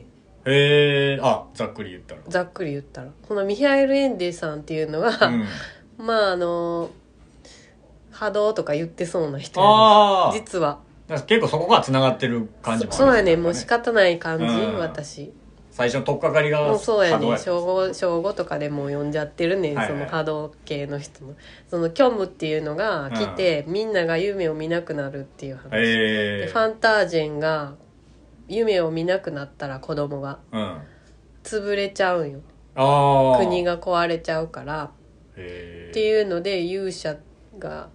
Speaker 2: へえ、あ、ざっくり 言ったら。
Speaker 1: ざっくり言ったらこのミハエル・エンデさんっていうのは、
Speaker 2: うん。
Speaker 1: まああの波動とか言ってそうな人やねん
Speaker 2: ああ。
Speaker 1: 実は
Speaker 2: だから結構そこが繋がってる感じもある
Speaker 1: そそうやねんもう仕
Speaker 2: か
Speaker 1: 方ない感じ、
Speaker 2: うん
Speaker 1: 私
Speaker 2: 最初の取っかかりが。
Speaker 1: もうそうや
Speaker 2: 波動
Speaker 1: ね小五小五とかでもう呼んじゃってるねん、
Speaker 2: はいはい
Speaker 1: その波動系の人もその虚無っていうのが来て、みんなが夢を見なくなるっていう話、
Speaker 2: へ
Speaker 1: で
Speaker 2: え。
Speaker 1: ファンタージェンが夢を見なくなったら子供が
Speaker 2: うん。あ
Speaker 1: 潰れちゃうんよ
Speaker 2: あ。
Speaker 1: 国
Speaker 2: が。
Speaker 1: が壊れちゃうから
Speaker 2: へえ。
Speaker 1: って
Speaker 2: う。
Speaker 1: いうので勇者が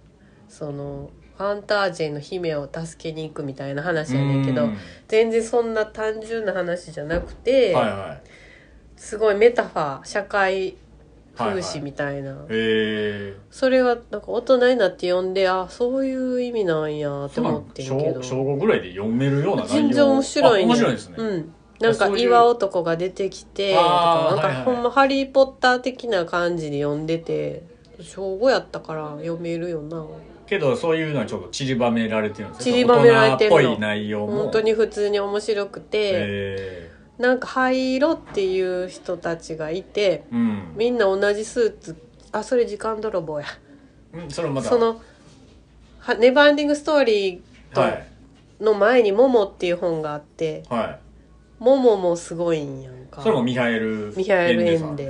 Speaker 1: そのファンタージェンの姫を助けに行くみたいな話やねんけど
Speaker 2: ん
Speaker 1: 全然そんな単純な話じゃなくて、
Speaker 2: はいは
Speaker 1: すごいメタファー社会
Speaker 2: はいは
Speaker 1: 風
Speaker 2: い
Speaker 1: 刺みたいな、
Speaker 2: い。へえ。
Speaker 1: それはなんか大人になって読んであそういう意味なんやって思ってんけど
Speaker 2: 小小五ぐらいで読めるような内容
Speaker 1: 全然面白い
Speaker 2: あ面白いですね、
Speaker 1: うんなん
Speaker 2: そ
Speaker 1: か
Speaker 2: ういう
Speaker 1: 岩男が出てきてとかな
Speaker 2: あー
Speaker 1: んか
Speaker 2: はいはい
Speaker 1: ほんま「ハリー・ポッター」的な感じで読んでて小5やったから読めるよな
Speaker 2: けどそういうのはちょっと散りばめられてるんですね
Speaker 1: 散りばめられてるの
Speaker 2: 大人っぽい内容も
Speaker 1: 本当に普通に面白くて
Speaker 2: え
Speaker 1: なんか灰色っていう人たちがいて
Speaker 2: ーうん
Speaker 1: みんな同じスーツあそれ時間泥棒や
Speaker 2: うんそれまた
Speaker 1: そのはネバーエンディングストーリ
Speaker 2: はい
Speaker 1: ーの前に「モモ」っていう本があって
Speaker 2: はい
Speaker 1: モモもすごいんやんか
Speaker 2: それもミハエル
Speaker 1: ミハエル
Speaker 2: さん
Speaker 1: エンデ
Speaker 2: へ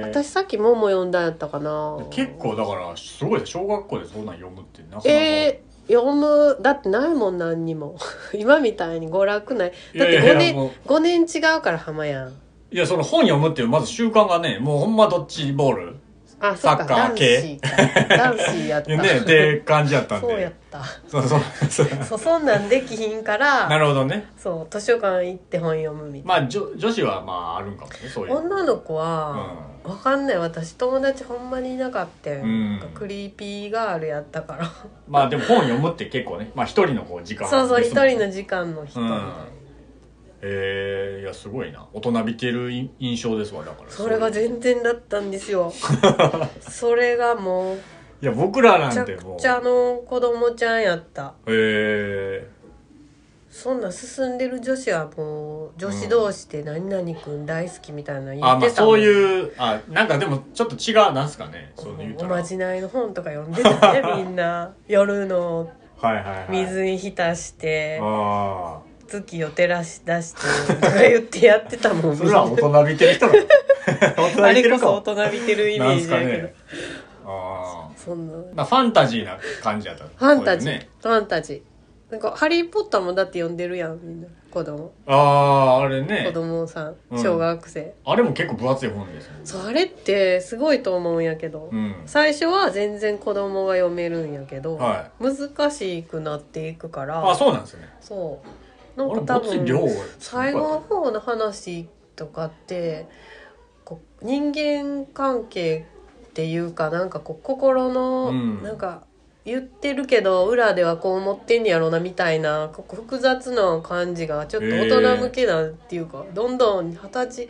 Speaker 2: え
Speaker 1: 私さっき「モモ」読んだんやったかな
Speaker 2: 結構だからすごいです小学校でそんなん読むってなかなか、
Speaker 1: えー読むだってないもん何にも 今みたいに娯楽ないだっ
Speaker 2: い
Speaker 1: て
Speaker 2: やいや
Speaker 1: 5
Speaker 2: も
Speaker 1: 年
Speaker 2: う
Speaker 1: 五年違うから浜やん
Speaker 2: いやその本読むっていうまず習慣がねもうほんまどっちボール
Speaker 1: あそっ
Speaker 2: サ
Speaker 1: か
Speaker 2: ッカー
Speaker 1: 男
Speaker 2: 系
Speaker 1: 子か男子やった、
Speaker 2: ねって感じやったんで
Speaker 1: そうやった
Speaker 2: そうそうそう
Speaker 1: そうそんなんできひんか
Speaker 2: な
Speaker 1: ら
Speaker 2: るほどね
Speaker 1: そう図書館行って本読むみたい
Speaker 2: まあ女女子はまああるんかもねそうい
Speaker 1: な
Speaker 2: う
Speaker 1: 女の子は、わかんない私友達ほんまにいなかったよ、
Speaker 2: うん
Speaker 1: なんかクリーピーガールやったから
Speaker 2: まあでも本読むって結構ね、まあ一人のこう時間
Speaker 1: そうそう一人
Speaker 2: の。
Speaker 1: の時間の人
Speaker 2: う
Speaker 1: みたい
Speaker 2: ん
Speaker 1: な。
Speaker 2: えー、いやすごいな。大人びてるい印象ですわだから。
Speaker 1: それが
Speaker 2: そういう
Speaker 1: 全然だったんです よそれがもう
Speaker 2: いや僕ら
Speaker 1: めち
Speaker 2: な
Speaker 1: ゃ
Speaker 2: んて
Speaker 1: く
Speaker 2: もう。
Speaker 1: ちゃの子供ちゃんやった
Speaker 2: え
Speaker 1: そんな進んでる女子はもう女子同士で「何々くん大好き」みたいなの言って
Speaker 2: ー、
Speaker 1: たもん
Speaker 2: あまあそういうあなんかでもちょっと違うなんすかね。そう言う
Speaker 1: お
Speaker 2: たら。
Speaker 1: まじないの本とか読んでたねみ んな夜の
Speaker 2: はいはいはい。
Speaker 1: 水に浸して
Speaker 2: あ
Speaker 1: 月を照らし出してとか言ってやってたも
Speaker 2: あ。
Speaker 1: ん
Speaker 2: それは大人びてる 人だ。大
Speaker 1: あ
Speaker 2: 人び
Speaker 1: れ
Speaker 2: て
Speaker 1: こ
Speaker 2: る
Speaker 1: そ
Speaker 2: か。
Speaker 1: 大人びてるイメ
Speaker 2: な
Speaker 1: ー
Speaker 2: ん
Speaker 1: ジ
Speaker 2: す
Speaker 1: だ
Speaker 2: か
Speaker 1: けど、
Speaker 2: ね。ああ。
Speaker 1: そんな
Speaker 2: まあファンタジーな感じやった。
Speaker 1: ファンタジ
Speaker 2: こう
Speaker 1: ー、
Speaker 2: いうね。
Speaker 1: ファンタジーなんか「ハリー・ポッター」もだって読んでるやんみんな子供
Speaker 2: あああれ
Speaker 1: 子
Speaker 2: ね。
Speaker 1: 供さん
Speaker 2: うん
Speaker 1: 小学生、
Speaker 2: あれも結構分厚い本ですよね。
Speaker 1: そうあれってすごいと思うんやけど、
Speaker 2: うん。
Speaker 1: 最初は全然子供が読めるんやけど、
Speaker 2: は
Speaker 1: 難しくなっていくから
Speaker 2: あそうなんですね。
Speaker 1: そう
Speaker 2: あ
Speaker 1: なん
Speaker 2: れ
Speaker 1: か多
Speaker 2: ごっつい量
Speaker 1: 分最後の方の話とかってこう人間関係っていうかなんかこう心の、
Speaker 2: うん
Speaker 1: なんか言ってるけど裏ではこう思ってんねやろなみたいなこう複雑な感じがちょっと大人向けなっていうか、どんどん二十歳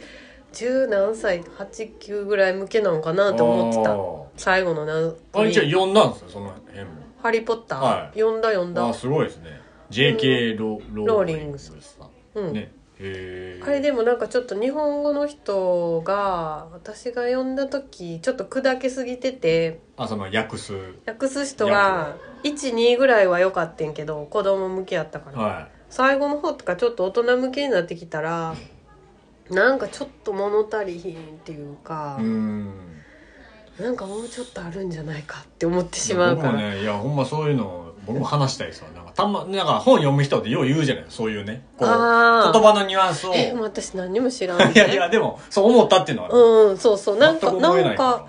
Speaker 1: 十何歳八九ぐらい向けなのかなと思ってた最後のな
Speaker 2: ああじゃあ読んだんですよその辺も
Speaker 1: ハリー・ポッター」
Speaker 2: はい
Speaker 1: 読んだ読ん
Speaker 2: あ
Speaker 1: だ
Speaker 2: あすごいですね JK ロローリングスさ
Speaker 1: うんん
Speaker 2: ねへえ
Speaker 1: あれでもなんかちょっと日本語の人が私が読んだ時ちょっと砕けすぎてて
Speaker 2: あその訳す
Speaker 1: 訳す人が12ぐらいは良かったんけど子供向けやったから、
Speaker 2: は
Speaker 1: 最後の方とかちょっと大人向けになってきたらなんかちょっと物足りひんっていうか
Speaker 2: い、うん
Speaker 1: なんかもうちょっとあるんじゃないかって思ってしまうから、
Speaker 2: 僕もねいやほんまそういうの僕も話したいですわなんかたまなんか本読む人ってよう言うじゃないそういうねこう言
Speaker 1: あー
Speaker 2: 葉のニュアンスを
Speaker 1: えもう
Speaker 2: い
Speaker 1: 私何にも知らんね
Speaker 2: やいやでもそう思ったっていうのは、
Speaker 1: うんそうそうなんか
Speaker 2: 全く
Speaker 1: な
Speaker 2: 思え
Speaker 1: ん
Speaker 2: ない
Speaker 1: か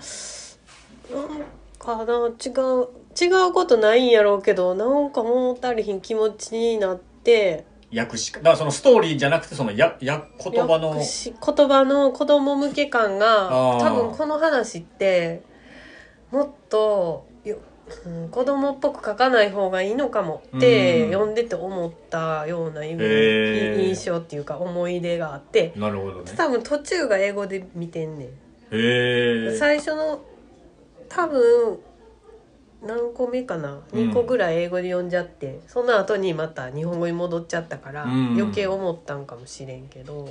Speaker 1: かな違う違うことないんやろうけどなんか物足りひん気持ちになって
Speaker 2: 訳しかだからそのストーリーじゃなくてそのやや言葉の
Speaker 1: 訳し言葉の子供向け感が
Speaker 2: あー
Speaker 1: 多分この話ってもっとよ、うん、子供っぽく書かない方がいいのかもって
Speaker 2: うん
Speaker 1: 読んでて思ったようなイメ
Speaker 2: へ
Speaker 1: ー
Speaker 2: ー
Speaker 1: ジ印象っていうか思い出があって
Speaker 2: なるほどね
Speaker 1: 多分途中が英語で見てんねん。
Speaker 2: へえ
Speaker 1: 最初の多分何個目かな
Speaker 2: うん
Speaker 1: 2個ぐらい英語で読んじゃって、その後にまた日本語に戻っちゃったから、
Speaker 2: うん
Speaker 1: 余計思ったんかもしれんけど、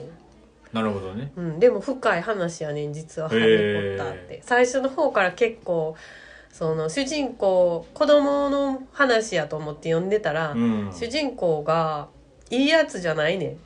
Speaker 2: なるほどね
Speaker 1: うん、でも深い話やねん実は「
Speaker 2: へ
Speaker 1: ハ
Speaker 2: ー
Speaker 1: リー・ポッター」って最初の方から結構その主人公子供の話やと思って読んでたら、
Speaker 2: うん
Speaker 1: 主人公がいいやつじゃないねん。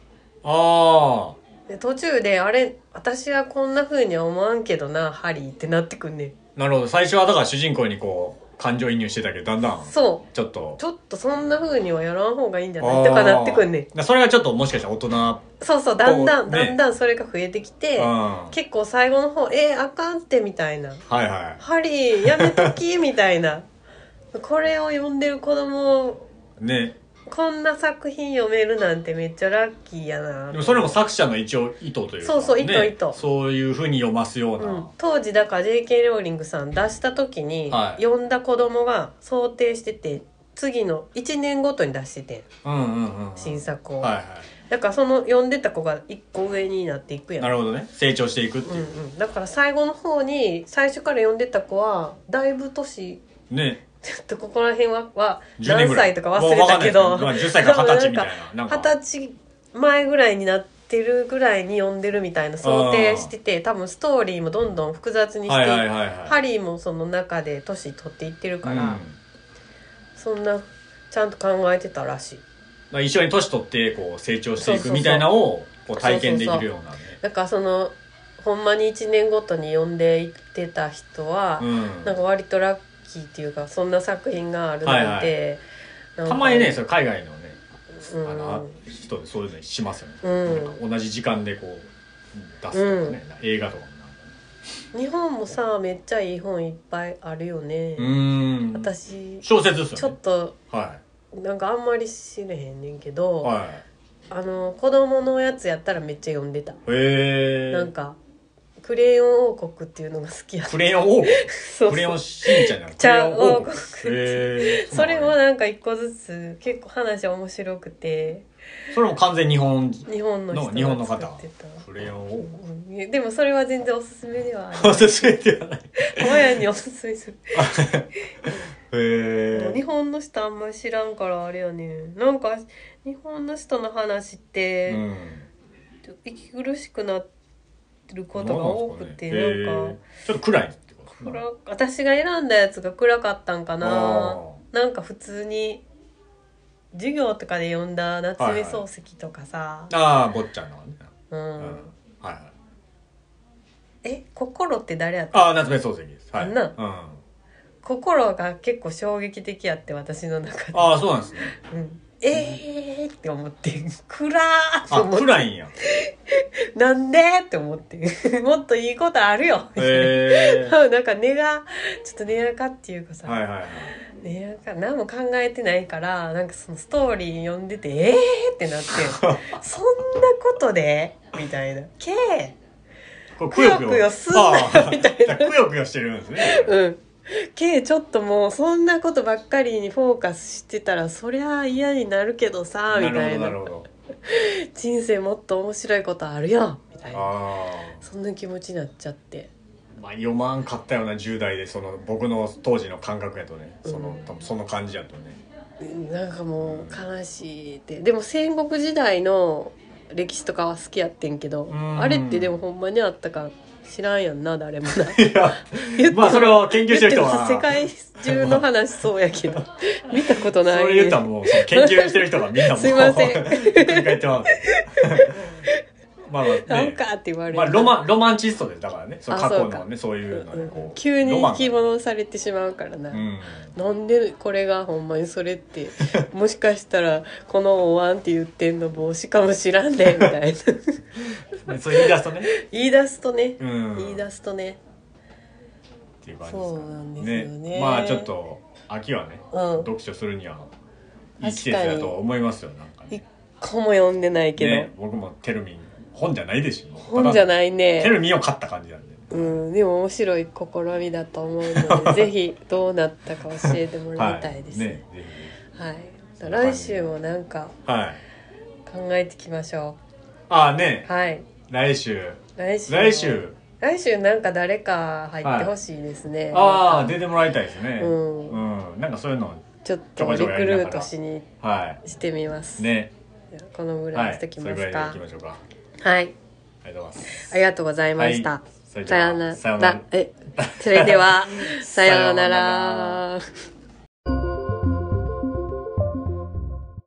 Speaker 2: あ
Speaker 1: で途中で「あれ私はこんな風には思わんけどなハリー」ってなってくんねん。
Speaker 2: あなるほど最初はだから主人公にこう感情移入してたけどだんだん
Speaker 1: そう
Speaker 2: ちょっと
Speaker 1: ちょっとそんな風にはやらん方がいいんじゃないとかなってくんねん
Speaker 2: あーそれがちょっともしかしたら大人
Speaker 1: そうそうだんだん、
Speaker 2: こうね
Speaker 1: だんだんそれが増えてきて
Speaker 2: うんは
Speaker 1: 結構最後の方「えー、あかんって」みたいない
Speaker 2: は
Speaker 1: 「ハリーやめとき」みたいな これを読んでる子供
Speaker 2: いね
Speaker 1: こんな作品読めるなんてめっちゃラッキーやな
Speaker 2: でもそれも作者の一応意図というか、
Speaker 1: そうそう意図
Speaker 2: ね
Speaker 1: 意図
Speaker 2: そういうふうに読ますような、
Speaker 1: うん、当時だから JK ローリングさん出した時に、
Speaker 2: はい
Speaker 1: 読んだ子供が想定してて次の1年ごとに出しててん
Speaker 2: うんうんうん
Speaker 1: 新作を、
Speaker 2: はいは
Speaker 1: だからその読んでた子が1個上になっていく
Speaker 2: い
Speaker 1: やん
Speaker 2: なるほどね成長していくって
Speaker 1: うん
Speaker 2: いう、
Speaker 1: うん、だから最後の方に最初から読んでた子はだいぶ年
Speaker 2: ね
Speaker 1: ちょっとここら辺はは
Speaker 2: 10年
Speaker 1: 何
Speaker 2: ぐらい
Speaker 1: 歳とか忘れたけ
Speaker 2: も
Speaker 1: ど
Speaker 2: うわかんないですけどまあ10歳から20歳みたいななんか
Speaker 1: 二十歳前ぐらいになってるぐらいに読んでるみたいな想定してて多分ストーリーもどんどん複雑にして、
Speaker 2: はいはいはいはい
Speaker 1: ハリーもその中で年取っていってるから、
Speaker 2: うん
Speaker 1: そんなちゃんと考えてたらしい。
Speaker 2: まあ一緒に年取ってこう成長して
Speaker 1: そ
Speaker 2: い
Speaker 1: うそう
Speaker 2: く
Speaker 1: そう
Speaker 2: みたいなのをこう体験できるようなね
Speaker 1: だからそのほんまに1年ごとに読んでいってた人は、
Speaker 2: うん
Speaker 1: なんか割とラッキーっていうかそんな作品があるなんて、なんか
Speaker 2: たまにねそれ海外のね
Speaker 1: うん
Speaker 2: あの人でそういうのしますよね、
Speaker 1: うん
Speaker 2: なんか同じ時間でこう出すとかね、映画とかもなんか
Speaker 1: 日本もさめっちゃいい本いっぱいあるよね、
Speaker 2: うーん
Speaker 1: 私ち
Speaker 2: 小説です
Speaker 1: ょ
Speaker 2: よ
Speaker 1: っ
Speaker 2: ね
Speaker 1: と
Speaker 2: は
Speaker 1: なんかあんまり知れへんねんけ
Speaker 2: い
Speaker 1: ど、
Speaker 2: はい
Speaker 1: あの子供のやつやったらめっちゃ読んでた、
Speaker 2: へえ
Speaker 1: なんか「クレヨン王国」っていうのが好きや
Speaker 2: クレヨン王国
Speaker 1: そう
Speaker 2: クレ
Speaker 1: そ
Speaker 2: ヨ
Speaker 1: う
Speaker 2: ンしんちゃんじゃなく
Speaker 1: ちゃう
Speaker 2: クレヨン
Speaker 1: 王国
Speaker 2: へ ー
Speaker 1: それもなんか一個ずつ結構話面白くて
Speaker 2: それも完全日本人
Speaker 1: 日本の人
Speaker 2: の日本の方
Speaker 1: が作ってた
Speaker 2: クレヨン
Speaker 1: う
Speaker 2: 王
Speaker 1: んうんでもそれは全然おすすめではある
Speaker 2: 国お すすめではない
Speaker 1: 親におすすめする
Speaker 2: へ
Speaker 1: 日
Speaker 2: え
Speaker 1: 本の人あんまり知らんからあれやねんなんか日本の人の話っ
Speaker 2: う
Speaker 1: て、
Speaker 2: ん
Speaker 1: 息苦しくなってることが多くてなん,、
Speaker 2: なんなんです
Speaker 1: か
Speaker 2: かねへーちょっと暗いってことかな
Speaker 1: 暗私が選んだやつが暗かったんか
Speaker 2: あ
Speaker 1: ななんか普通に授業とかで読んだ夏目漱石とかさ、
Speaker 2: ーあー坊ちゃんのねう
Speaker 1: うんん、
Speaker 2: はいはい
Speaker 1: え心って誰やった
Speaker 2: ああ夏目漱石ですはい
Speaker 1: あんな
Speaker 2: うんあ
Speaker 1: 心が結構衝撃的やって私の中で、
Speaker 2: あそうなんですね
Speaker 1: うん、えーって思って暗ーって
Speaker 2: あ
Speaker 1: 思って
Speaker 2: 暗いんや
Speaker 1: なんでって思 って。もっといいことあるよ。
Speaker 2: へえ
Speaker 1: なんか根が、ちょっと根垢っていうかさ、
Speaker 2: はいはいはい
Speaker 1: 根垢、何も考えてないから、なんかそのストーリー読んでて、え ーってなって、そんなことでみたいな。けー
Speaker 2: こう
Speaker 1: くよくよすんなよ
Speaker 2: ああ
Speaker 1: みたいな
Speaker 2: くよくよしてるんですね。
Speaker 1: うん。K ちょっともうそんなことばっかりにフォーカスしてたらそりゃあ嫌になるけどさ
Speaker 2: な
Speaker 1: み
Speaker 2: る
Speaker 1: た
Speaker 2: ほ
Speaker 1: い
Speaker 2: ど
Speaker 1: な
Speaker 2: なるほど。
Speaker 1: 人生もっと面白いことあるやんみたいな
Speaker 2: あ
Speaker 1: そんな気持ちになっちゃって
Speaker 2: あ、まあ読まんかったような10代でその僕の当時の感覚やとね、その、多分その感じやとね。
Speaker 1: なんかもう悲しいってでも戦国時代の歴史とかは好きやってんけど
Speaker 2: うん
Speaker 1: あれってでもほんまにあったか知らんやんな誰もな
Speaker 2: いや、 まあそれを研究してる人
Speaker 1: 言
Speaker 2: は。
Speaker 1: っても世界中の話そうや けど見たことない
Speaker 2: それ言ったらもうその研究してる人がみんなもう
Speaker 1: すいません
Speaker 2: 繰り返ってます。まあまあね
Speaker 1: なんかって言われる、
Speaker 2: まあロマンロマンチストでだからね、その過去
Speaker 1: あそう
Speaker 2: のねそういうのにこう
Speaker 1: 急に
Speaker 2: ロマン
Speaker 1: 引き戻されてしまうからな、
Speaker 2: うん。
Speaker 1: なんでこれがほんまにそれってもしかしたらこのおわんって言ってんの帽子かもしらんねみたい な
Speaker 2: ねそう言い出すとね。
Speaker 1: 言い出すとね、
Speaker 2: うん。
Speaker 1: 言い出すとね
Speaker 2: っていう感じですか
Speaker 1: そうなんですよね
Speaker 2: まあちょっと秋はね、
Speaker 1: うん
Speaker 2: 読書するにはいい季節だと思いますよなんかね
Speaker 1: 一個も読んでないけど、
Speaker 2: ね僕もテルミン本じゃないでしょ
Speaker 1: 本じゃ
Speaker 2: い
Speaker 1: ない
Speaker 2: テル
Speaker 1: ね
Speaker 2: ミンを買った感じなんで、
Speaker 1: うん、でも面白い試みだと思うので ぜひどうなったか教えてもらいたいです
Speaker 2: ね
Speaker 1: ね、
Speaker 2: ぜ
Speaker 1: はい来週もなんか
Speaker 2: ひはい
Speaker 1: 考えていきましょ
Speaker 2: ああね
Speaker 1: うはい
Speaker 2: 来週
Speaker 1: 来週も
Speaker 2: 来週
Speaker 1: 来週なんか誰か入ってほしいですね、
Speaker 2: ああ出てもらいたいですね
Speaker 1: うん
Speaker 2: うん、なんかそういうの
Speaker 1: ちょっとリクルートしに
Speaker 2: は
Speaker 1: してみます、
Speaker 2: いね
Speaker 1: このぐらい
Speaker 2: は
Speaker 1: にし
Speaker 2: い
Speaker 1: てき
Speaker 2: そ
Speaker 1: ま
Speaker 2: れぐら
Speaker 1: すか
Speaker 2: いでいきましょうか
Speaker 1: はい
Speaker 2: ありがとうございます
Speaker 1: ありがとうございました、
Speaker 2: はいそれで
Speaker 1: さ
Speaker 2: は
Speaker 1: よな
Speaker 2: さよなら
Speaker 1: えそれでは さような
Speaker 2: さような
Speaker 1: ら